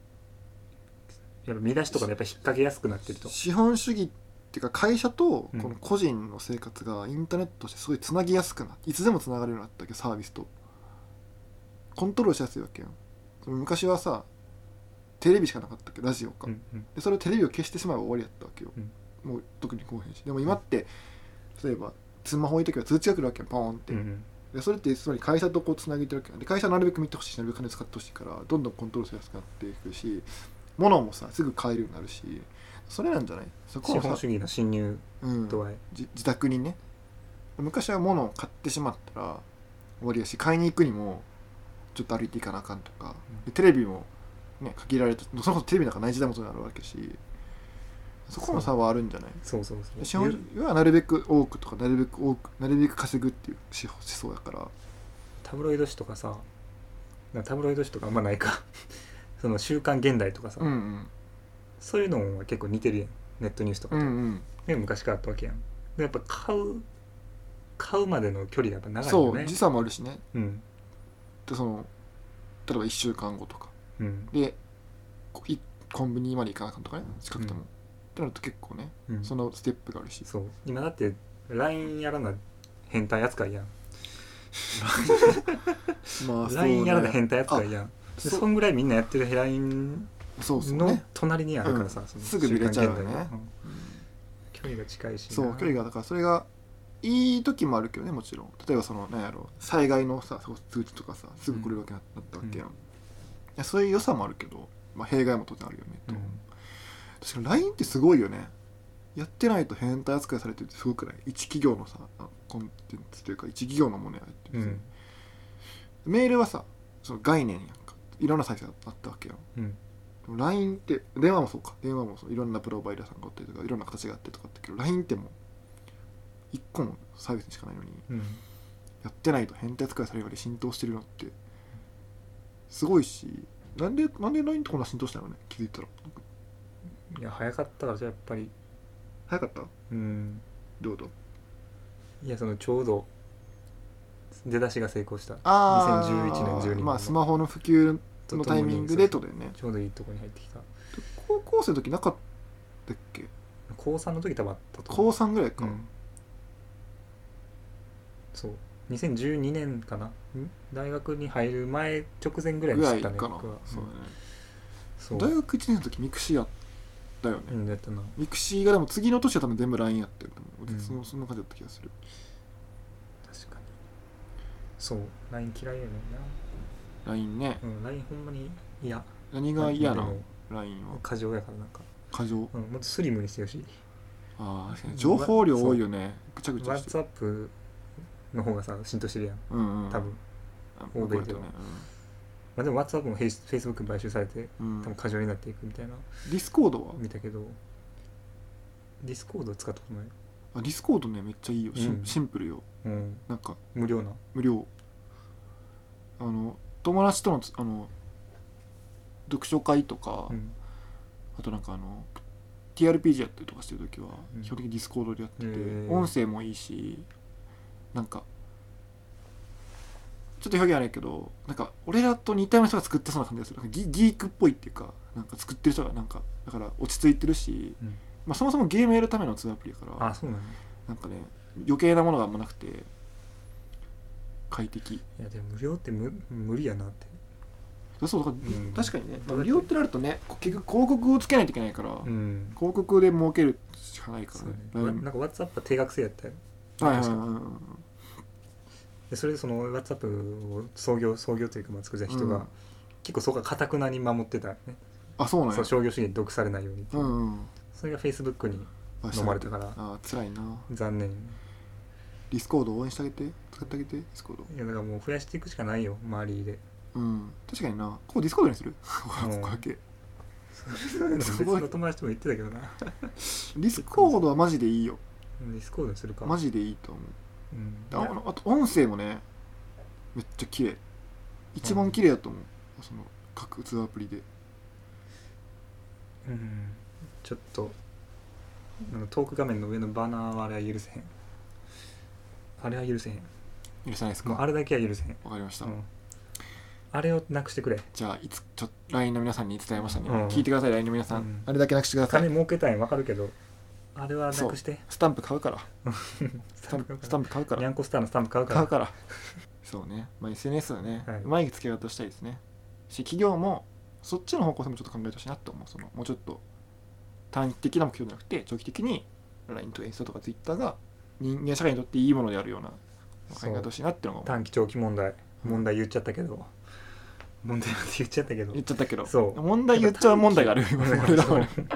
Speaker 1: やっぱ見出しとかでやっぱ引っ掛けやすくなってると
Speaker 2: 資本主義っていうか会社とこ
Speaker 1: うん
Speaker 2: の個人の生活がインターネットとしてすごいつなぎやすくなっていつでもつながるようになったわけどサービスとコントロールしやすいわけよその昔はさテレビしかなかったけどラジオか、
Speaker 1: うんうん
Speaker 2: でそれをテレビを消してしまえば終わりやったわけよ、
Speaker 1: うん
Speaker 2: もう特にこうへんしでも今って例えばスマホ置いとけば通知が来るわけよポーンって、
Speaker 1: うんうん
Speaker 2: でそれってつまり会社とこうつなげてるわけなんで会社はなるべく見てほしいしなるべく金使ってほしいからどんどんコントロールしやすくなっていくし物もさすぐ買えるようになるしそれなんじゃないそこ
Speaker 1: 資
Speaker 2: は
Speaker 1: 本
Speaker 2: さ、
Speaker 1: 主義の侵入
Speaker 2: うん、
Speaker 1: 度合い、
Speaker 2: じ自宅にね昔は物を買ってしまったら終わりやし買いに行くにもちょっと歩いていかなあかんとかでテレビも、ね、限られてそもそもテレビなんかない時代もそうなるわけだしそこの差はあるんじゃない
Speaker 1: そうそうそう
Speaker 2: 資本主義はなるべく多くとかなるべく多くなるべく稼ぐっていう思想だから
Speaker 1: タブロイド紙とかさなタブロイド紙とかあんまないか (laughs) その「週刊現代」とかさ、
Speaker 2: うんうん
Speaker 1: そういうのは結構似てるやんネットニュースとか
Speaker 2: う
Speaker 1: と、
Speaker 2: んうん
Speaker 1: ね、昔からあったわけやんでやっぱ買う買うまでの距離がやっぱ長い
Speaker 2: そ
Speaker 1: よ
Speaker 2: う
Speaker 1: ね
Speaker 2: 時差もあるしね
Speaker 1: うん
Speaker 2: でその例えば1週間後とか
Speaker 1: うん
Speaker 2: でこいコンビニまで行かなあかんとかね近くても、ってなると結構ね
Speaker 1: うん
Speaker 2: そのステップがあるし
Speaker 1: そう今だって LINE やらな変態扱いやん
Speaker 2: ま
Speaker 1: LINE、やらな
Speaker 2: そうね
Speaker 1: 変態扱いやんで
Speaker 2: そ
Speaker 1: そんぐらいみんなやってる LINE
Speaker 2: そうそう
Speaker 1: の
Speaker 2: ね、
Speaker 1: 隣にあるからさ、
Speaker 2: うん
Speaker 1: その
Speaker 2: すぐ見れちゃうよね
Speaker 1: 週刊現代がん
Speaker 2: うん
Speaker 1: 距離が近いしな
Speaker 2: そう距離がだからそれがいい時もあるけどねもちろん例えばそのなんやろ災害のさそう通知とかさすぐ来るわけになったわけやん、
Speaker 1: う
Speaker 2: いやそういう良さもあるけど、まあ、弊害も当然あるよねと、
Speaker 1: うん
Speaker 2: 確かに LINE ってすごいよねやってないと変態扱いされてるってすごくない一企業のさあコンテンツというか一企業のものやって
Speaker 1: う
Speaker 2: るし
Speaker 1: ん
Speaker 2: メールはさその概念やんかいろんなサイズがあったわけよ
Speaker 1: うん
Speaker 2: でも LINE って電話もそうか電話もそういろんなプロバイダーさんがおったりとかいろんな形があってとかあったけど LINE ってもう1個のサービスにしかないのに
Speaker 1: うん
Speaker 2: やってないと変態扱いされるより浸透してるのってすごいしなんでなんで LINE とこんな浸透したのね気づいたら
Speaker 1: いや早かったからじゃあやっぱり
Speaker 2: 早かった
Speaker 1: うん
Speaker 2: どういうこと
Speaker 1: いやそのちょうど出だしが成功した
Speaker 2: あー
Speaker 1: 2011年12年の
Speaker 2: まあスマホの普及
Speaker 1: と
Speaker 2: の
Speaker 1: と
Speaker 2: タ
Speaker 1: も
Speaker 2: イ
Speaker 1: に
Speaker 2: ミングでってことだよね
Speaker 1: ちょうどいいとこに入ってきた
Speaker 2: 高校生の時なかったっけ
Speaker 1: 高3の時多分あったと
Speaker 2: 高
Speaker 1: 思う
Speaker 2: 3ぐらいか、
Speaker 1: うんそう2012年かな大学に入る前直前ぐらい
Speaker 2: ぐ
Speaker 1: に知
Speaker 2: ら
Speaker 1: っ
Speaker 2: い
Speaker 1: た
Speaker 2: か
Speaker 1: ね
Speaker 2: な、
Speaker 1: 僕は
Speaker 2: そうだね、
Speaker 1: そう
Speaker 2: 大学1年の時ミクシーやったよね、
Speaker 1: うんやったな
Speaker 2: ミクシーがでも次の年は多分全部 LINE やってると思う、
Speaker 1: うん
Speaker 2: そのそんな感じだった気がする
Speaker 1: 確かにそう LINE 嫌いやねん
Speaker 2: LINE ね
Speaker 1: なうん LINE ほんまに嫌
Speaker 2: 何が嫌
Speaker 1: で
Speaker 2: な
Speaker 1: も
Speaker 2: LINE は
Speaker 1: 過剰やからなんか、
Speaker 2: 過剰
Speaker 1: うん、もっとスリムにしてほしい
Speaker 2: ああ確かに情報量多いよねぐちゃぐちゃしてる
Speaker 1: WhatsApp の方がさ浸透してるやん
Speaker 2: うんうん
Speaker 1: 多分、
Speaker 2: あ
Speaker 1: 欧米では
Speaker 2: こうやってね
Speaker 1: まあ、でも WhatsApp も Facebook に買収されて
Speaker 2: うんうん
Speaker 1: 多分過剰になっていくみたいな
Speaker 2: ディスコードは
Speaker 1: 見たけどディスコード使ったことない
Speaker 2: あディスコードねめっちゃいいよシン,、
Speaker 1: うん
Speaker 2: シンプルよ
Speaker 1: うん
Speaker 2: なんか
Speaker 1: 無料な
Speaker 2: 無料あの友達とのつあの読書会とか、
Speaker 1: うん
Speaker 2: あとなんかあの TRPG やったりとかしてる時は、
Speaker 1: うん
Speaker 2: 基本的にディスコードでやってて、
Speaker 1: へー
Speaker 2: 音声もいいしなんかちょっと表現あれやけどなんか俺らと似たような人が作ってそうな感じがするなんかギギークっぽいっていうかなんか作ってる人がなんかだから落ち着いてるし、
Speaker 1: うん
Speaker 2: まあ、そもそもゲームやるためのツーアプリやから
Speaker 1: あそうなんだ
Speaker 2: なんかね余計なものがあんまなくて快適
Speaker 1: いやでも無料って無無理やなって
Speaker 2: そうだから、
Speaker 1: うん
Speaker 2: 確かにね
Speaker 1: どうやって
Speaker 2: 無料ってなるとね結局広告をつけないといけないから、
Speaker 1: うん
Speaker 2: 広告で儲けるしかないか
Speaker 1: そう
Speaker 2: ら
Speaker 1: ね
Speaker 2: ね、
Speaker 1: わ
Speaker 2: うん
Speaker 1: なんか WhatsApp は定額制やったよ
Speaker 2: はいはい
Speaker 1: 確
Speaker 2: はい
Speaker 1: か
Speaker 2: はい
Speaker 1: でそれでその WhatsApp を創業創業というかまあ作った人が、
Speaker 2: うん
Speaker 1: 結構そこはかたくなに守ってたね、
Speaker 2: あそうなん
Speaker 1: そ
Speaker 2: や
Speaker 1: う商業主義に毒されないようにっていうう、
Speaker 2: んうん
Speaker 1: それが Facebook に飲まれたから
Speaker 2: あ辛いな
Speaker 1: 残念
Speaker 2: ディスコード応援してあげて使ってあげてディスコード
Speaker 1: いやだからもう増やしていくしかないよ周り
Speaker 2: (laughs)
Speaker 1: で
Speaker 2: うん確かになここディスコードにするここだけデ
Speaker 1: 別 (laughs) の友達とも言ってたけどな
Speaker 2: ィスコードはマジでいいよ
Speaker 1: ディスコードにするか
Speaker 2: マジでいいと思う
Speaker 1: うん
Speaker 2: でああと音声もねめっちゃ綺麗一番綺麗だと思うその各ツーアプリで
Speaker 1: うんちょっとあのトーク画面の上のバナーはあれは許せへんあれは許せへん
Speaker 2: 許さないですか
Speaker 1: もうあ
Speaker 2: わか
Speaker 1: れだけは許せへん、
Speaker 2: りました
Speaker 1: うんあれをなくしてくれ
Speaker 2: じゃあいつちょ LINE の皆さんに伝えましたね
Speaker 1: うん
Speaker 2: 聞いてください LINE の皆さ
Speaker 1: うんん
Speaker 2: あれだけなくしてくださ
Speaker 1: 金
Speaker 2: い
Speaker 1: 儲けたいんわかるけどあれはなくして
Speaker 2: スタンプ買うから
Speaker 1: ス
Speaker 2: スタンプスタンプ買うから
Speaker 1: ニャンコスターのスタンプ買うから
Speaker 2: 買うからそうね、まあ、SNS はね、
Speaker 1: はいう
Speaker 2: まい付け方したいですねし企業もそっちの方向性もちょっと考えてほしいなと思うそのもうちょっと短期的な目標じゃなくて長期的に LINE とインスタとか Twitter が人間社会にとっていいものであるような考
Speaker 1: そ
Speaker 2: え
Speaker 1: う
Speaker 2: 方をしいなっていうのが
Speaker 1: 短期長期問題問題言っちゃったけど問題って言っちゃったけど
Speaker 2: 言っちゃったけど
Speaker 1: そう
Speaker 2: 問題言っちゃう問題がある今の (laughs) 俺らはね、
Speaker 1: (laughs)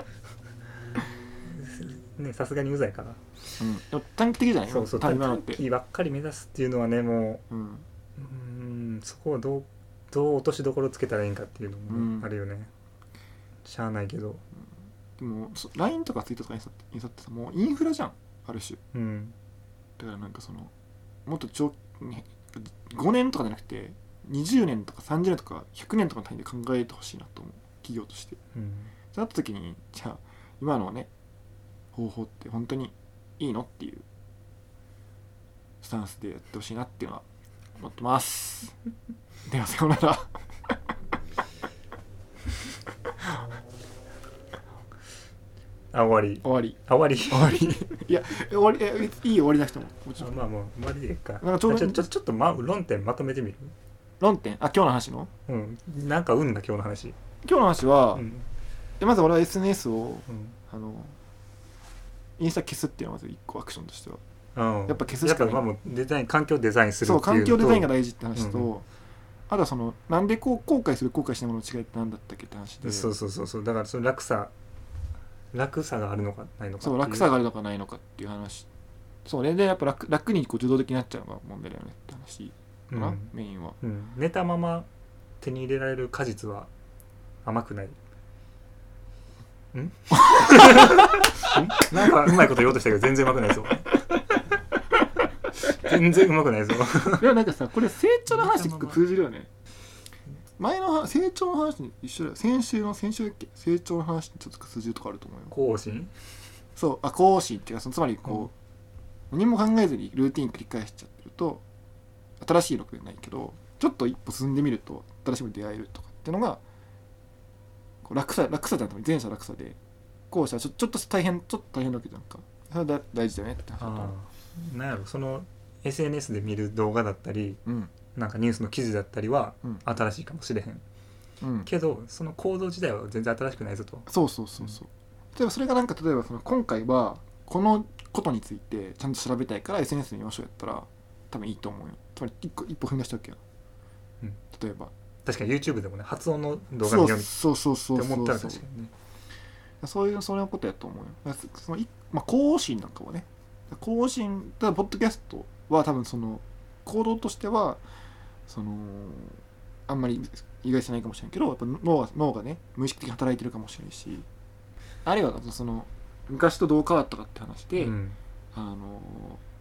Speaker 1: ねさすがにうざいから
Speaker 2: うん、でも短期的じゃない
Speaker 1: そうそう
Speaker 2: 短期なのっ
Speaker 1: 短
Speaker 2: て、
Speaker 1: 期ばっかり目指すっていうのはねも
Speaker 2: うん、
Speaker 1: ううーんそこをどうどう落としどころつけたらいいんかっていうのもね、
Speaker 2: うん
Speaker 1: あるよねしゃあないけど
Speaker 2: でもそ LINE とか Twitter とかインスタインスタってさもうインフラじゃんある種
Speaker 1: うん
Speaker 2: だからなんかそのもっと長ね5年とかじゃなくて20年とか30年とか100年とかの単位で考えてほしいなと思う企業として
Speaker 1: うん
Speaker 2: そうなった時にじゃあ今のね方法って本当にいいのっていうスタンスでやってほしいなっていうのは思ってます (laughs) ではさようなら
Speaker 1: あ終わり
Speaker 2: 終わり
Speaker 1: あ終わり
Speaker 2: 終わりいや終わりえいいよ終わりなくてもも
Speaker 1: (laughs)
Speaker 2: ち
Speaker 1: あ
Speaker 2: ろん
Speaker 1: まあもう終わりでいいか
Speaker 2: なんかちょうど
Speaker 1: ちょちょちょっと、ま、論点まとめてみる
Speaker 2: 論点あ今日の話の
Speaker 1: うんなんか運だ今日の話
Speaker 2: 今日の話は、
Speaker 1: うん
Speaker 2: でまず俺は SNS を
Speaker 1: うん
Speaker 2: あのインスタ消すっていうのはまず一個アクションとしては
Speaker 1: うん
Speaker 2: やっぱ消す
Speaker 1: や
Speaker 2: し
Speaker 1: っ
Speaker 2: か
Speaker 1: ぱ
Speaker 2: ない
Speaker 1: まあもうデザイン環境デザインするって
Speaker 2: そ
Speaker 1: いうう
Speaker 2: 環境デザインが
Speaker 1: 大
Speaker 2: 大事って話と、
Speaker 1: うん
Speaker 2: あとはそのなんでこう後悔する後悔しないものの違いって何だったっけって話で
Speaker 1: そうそうそうそうだからその落差落差があるのかないのか
Speaker 2: そう
Speaker 1: ってい
Speaker 2: 楽さがあるのかないのかっていう話そうねでやっぱ楽楽にこう受動的になっちゃうのが問題だよねって話かな、
Speaker 1: うん
Speaker 2: メインは
Speaker 1: うん、寝たまま手に入れられる果実は甘くないん (laughs) んなんかうまいこと言おうとしたけど全然うまくないぞ全然うまくないぞ
Speaker 2: (laughs) でもなんかさこれ成長の話と結構通じるよね前の話成長の話に一緒だよ先週の先週だっけ成長の話にちょっと通じるとこあると思うよ
Speaker 1: 更新
Speaker 2: そうあ更新っていうかそのつまりこう、何も考えずにルーティン繰り返しちゃってると新しい6じゃないけどちょっと一歩進んでみると新しいものに出会えるとかっていうのがこう楽さ楽さじゃなくて前者楽さで後者ちょちょっと大変ちょっと大変なわけじゃんかそれだ大事だよねって話だと思
Speaker 1: ああなんやろその SNS で見る動画だったり
Speaker 2: ううん
Speaker 1: なんかニュースの記事だったりは
Speaker 2: うん
Speaker 1: 新しいかもしれへん
Speaker 2: うん
Speaker 1: けどその行動自体は全然新しくないぞと
Speaker 2: そうそうそうそう例えばそれがなんか例えばその今回はこのことについてちゃんと調べたいから SNS で見ましょうやったら多分いいと思うよつまり一個一歩踏み出したわけや、
Speaker 1: うん、
Speaker 2: 例えば
Speaker 1: 確かに YouTube でもね発音の動画見ようみたい
Speaker 2: そうそうそう
Speaker 1: なっ
Speaker 2: そう
Speaker 1: て
Speaker 2: そ
Speaker 1: 思
Speaker 2: う
Speaker 1: ったら
Speaker 2: そう
Speaker 1: 確かにね
Speaker 2: そういうそれのことやと思うよだからそそのい、まあ、更新なんかもね更新ただポッドキャストは多分その行動としてはそのあんまり意外じゃないかもしれんけどやっぱ脳は脳がね無意識的に働いてるかもしれんしあるいはその昔とどう変わったかって話で、
Speaker 1: うん
Speaker 2: あの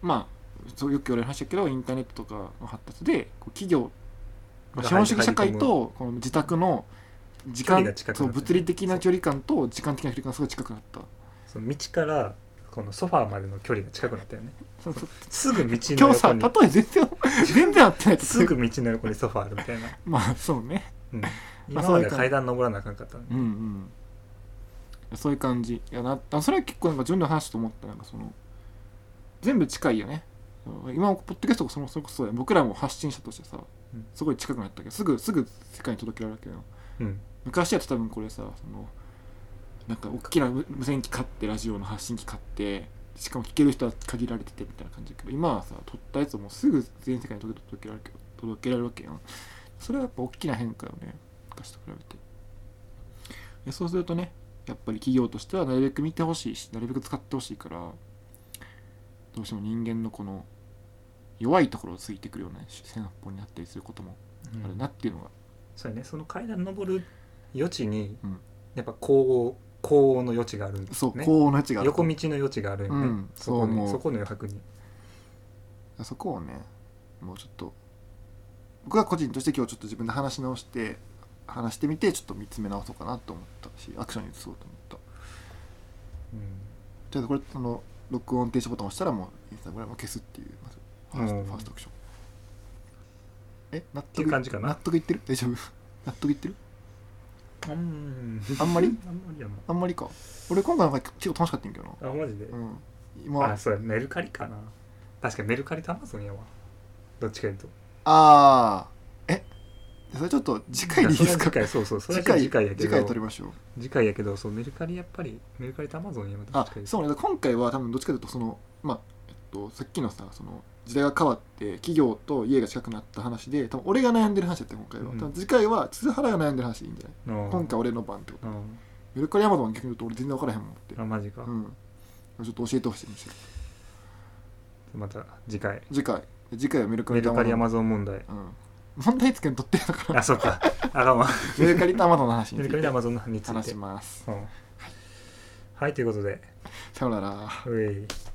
Speaker 2: まあそうよく言われる話だけどインターネットとかの発達でこう企業まあ資本主義社会とこの自宅の時
Speaker 1: 距離が
Speaker 2: 間
Speaker 1: 近くなって
Speaker 2: そう物理的な距離感と時間的な距離感がすごい近くなった
Speaker 1: その道からこのソファーまでの距離が近くなったよ
Speaker 2: (laughs)
Speaker 1: ね
Speaker 2: そうそう
Speaker 1: すぐ道の
Speaker 2: 今日さ
Speaker 1: 横に
Speaker 2: 例え全然
Speaker 1: (laughs)
Speaker 2: 全然合ってないと
Speaker 1: すぐ道の横にソファーあるみたいな、
Speaker 2: まあそうね
Speaker 1: うん、
Speaker 2: まあ
Speaker 1: 今
Speaker 2: そ
Speaker 1: ま
Speaker 2: うい
Speaker 1: で
Speaker 2: う感じ
Speaker 1: は階段登らなあかんかったのに
Speaker 2: うんうんそういう感じやなあそれは結構なんか自分の話と思ったなんかその全部近いよね今のポッドキャストがそのそれこそそうだよ僕らも発信者としてさ
Speaker 1: うん
Speaker 2: すごい近くなったけどすぐすぐ世界に届けられるわけよ
Speaker 1: うん
Speaker 2: 昔やと多分これさそのなんか大きな無無線機買ってラジオの発信機買ってしかも聞ける人は限られててみたいな感じだけど今はさ撮ったやつをもうすぐ全世界に届け届けられるけど届けられるわけやんそれはやっぱ大きな変化よね昔と比べてでそうするとねやっぱり企業としてはなるべく見てほしいしなるべく使ってほしいからどうしても人間のこの弱いところをついてくるような線発砲になったりすることもあるなっていうのが、
Speaker 1: そうやねその階段登る余地に、
Speaker 2: うん
Speaker 1: やっぱ高温高温の余地があるんです
Speaker 2: そう
Speaker 1: よ
Speaker 2: 高
Speaker 1: ね
Speaker 2: 温のやつがある
Speaker 1: 横道の余地があるんよね、
Speaker 2: うん
Speaker 1: そこ
Speaker 2: そう思
Speaker 1: に
Speaker 2: う
Speaker 1: そこの余白に
Speaker 2: そこをねもうちょっと僕は個人として今日ちょっと自分で話し直して話してみてちょっと見つめ直そうかなと思ったしアクションに移そうと思ったとりあえずこれその録音停止ボタンを押したらもうインスタグラムを消すっていうまずファース
Speaker 1: う
Speaker 2: ト
Speaker 1: ん
Speaker 2: ファーストアクションえ納
Speaker 1: てい
Speaker 2: 得
Speaker 1: う感じかな
Speaker 2: 納得いってる (laughs) 大丈夫納得いってる
Speaker 1: うん
Speaker 2: あんまり
Speaker 1: あんまりやな
Speaker 2: あんまりか俺今回なんか結構楽しかったんやけどな
Speaker 1: あマジで、
Speaker 2: うん
Speaker 1: あ
Speaker 2: 今
Speaker 1: そうやメルカリかな確かにメルカリとアマゾンやわどっちか言うと
Speaker 2: あーえそれちょっと次回でいいですか
Speaker 1: 次回そうそうそれ
Speaker 2: 次
Speaker 1: はちょっ
Speaker 2: 回
Speaker 1: と次回やけど
Speaker 2: 次回撮りましょう
Speaker 1: 次回やけどそうメルカリやっぱりメルカリとアマゾンやまた
Speaker 2: あ
Speaker 1: 確かに
Speaker 2: そうね今回は多分どっちかというとそのまあ、えっと、さっきのさその時代が変わって企業と家が近くなった話で多分俺が悩んでる話だったよ今回は、
Speaker 1: うん
Speaker 2: 多分次回は鈴原が悩んでる話でいいんじゃない、
Speaker 1: うん
Speaker 2: 今回俺の番ってこと
Speaker 1: うん
Speaker 2: メルカリアマゾン逆に言うと俺全然分からへんもんって
Speaker 1: あマジか、
Speaker 2: うんちょっと教えてほしいむしろ
Speaker 1: また次回
Speaker 2: 次回次回はメルカ
Speaker 1: メ
Speaker 2: リ
Speaker 1: ル
Speaker 2: とア
Speaker 1: カ
Speaker 2: マ
Speaker 1: リ
Speaker 2: ゾ
Speaker 1: アマゾ
Speaker 2: ン
Speaker 1: ン問題
Speaker 2: うん問題つけにとってだから
Speaker 1: あそうかあかんわ
Speaker 2: (laughs) メルカリとアマゾンの話に
Speaker 1: メ
Speaker 2: つ
Speaker 1: ルカ
Speaker 2: い
Speaker 1: リ
Speaker 2: て
Speaker 1: とアマゾンについ
Speaker 2: 話
Speaker 1: て
Speaker 2: します
Speaker 1: うんはいということで
Speaker 2: さよなら
Speaker 1: うえい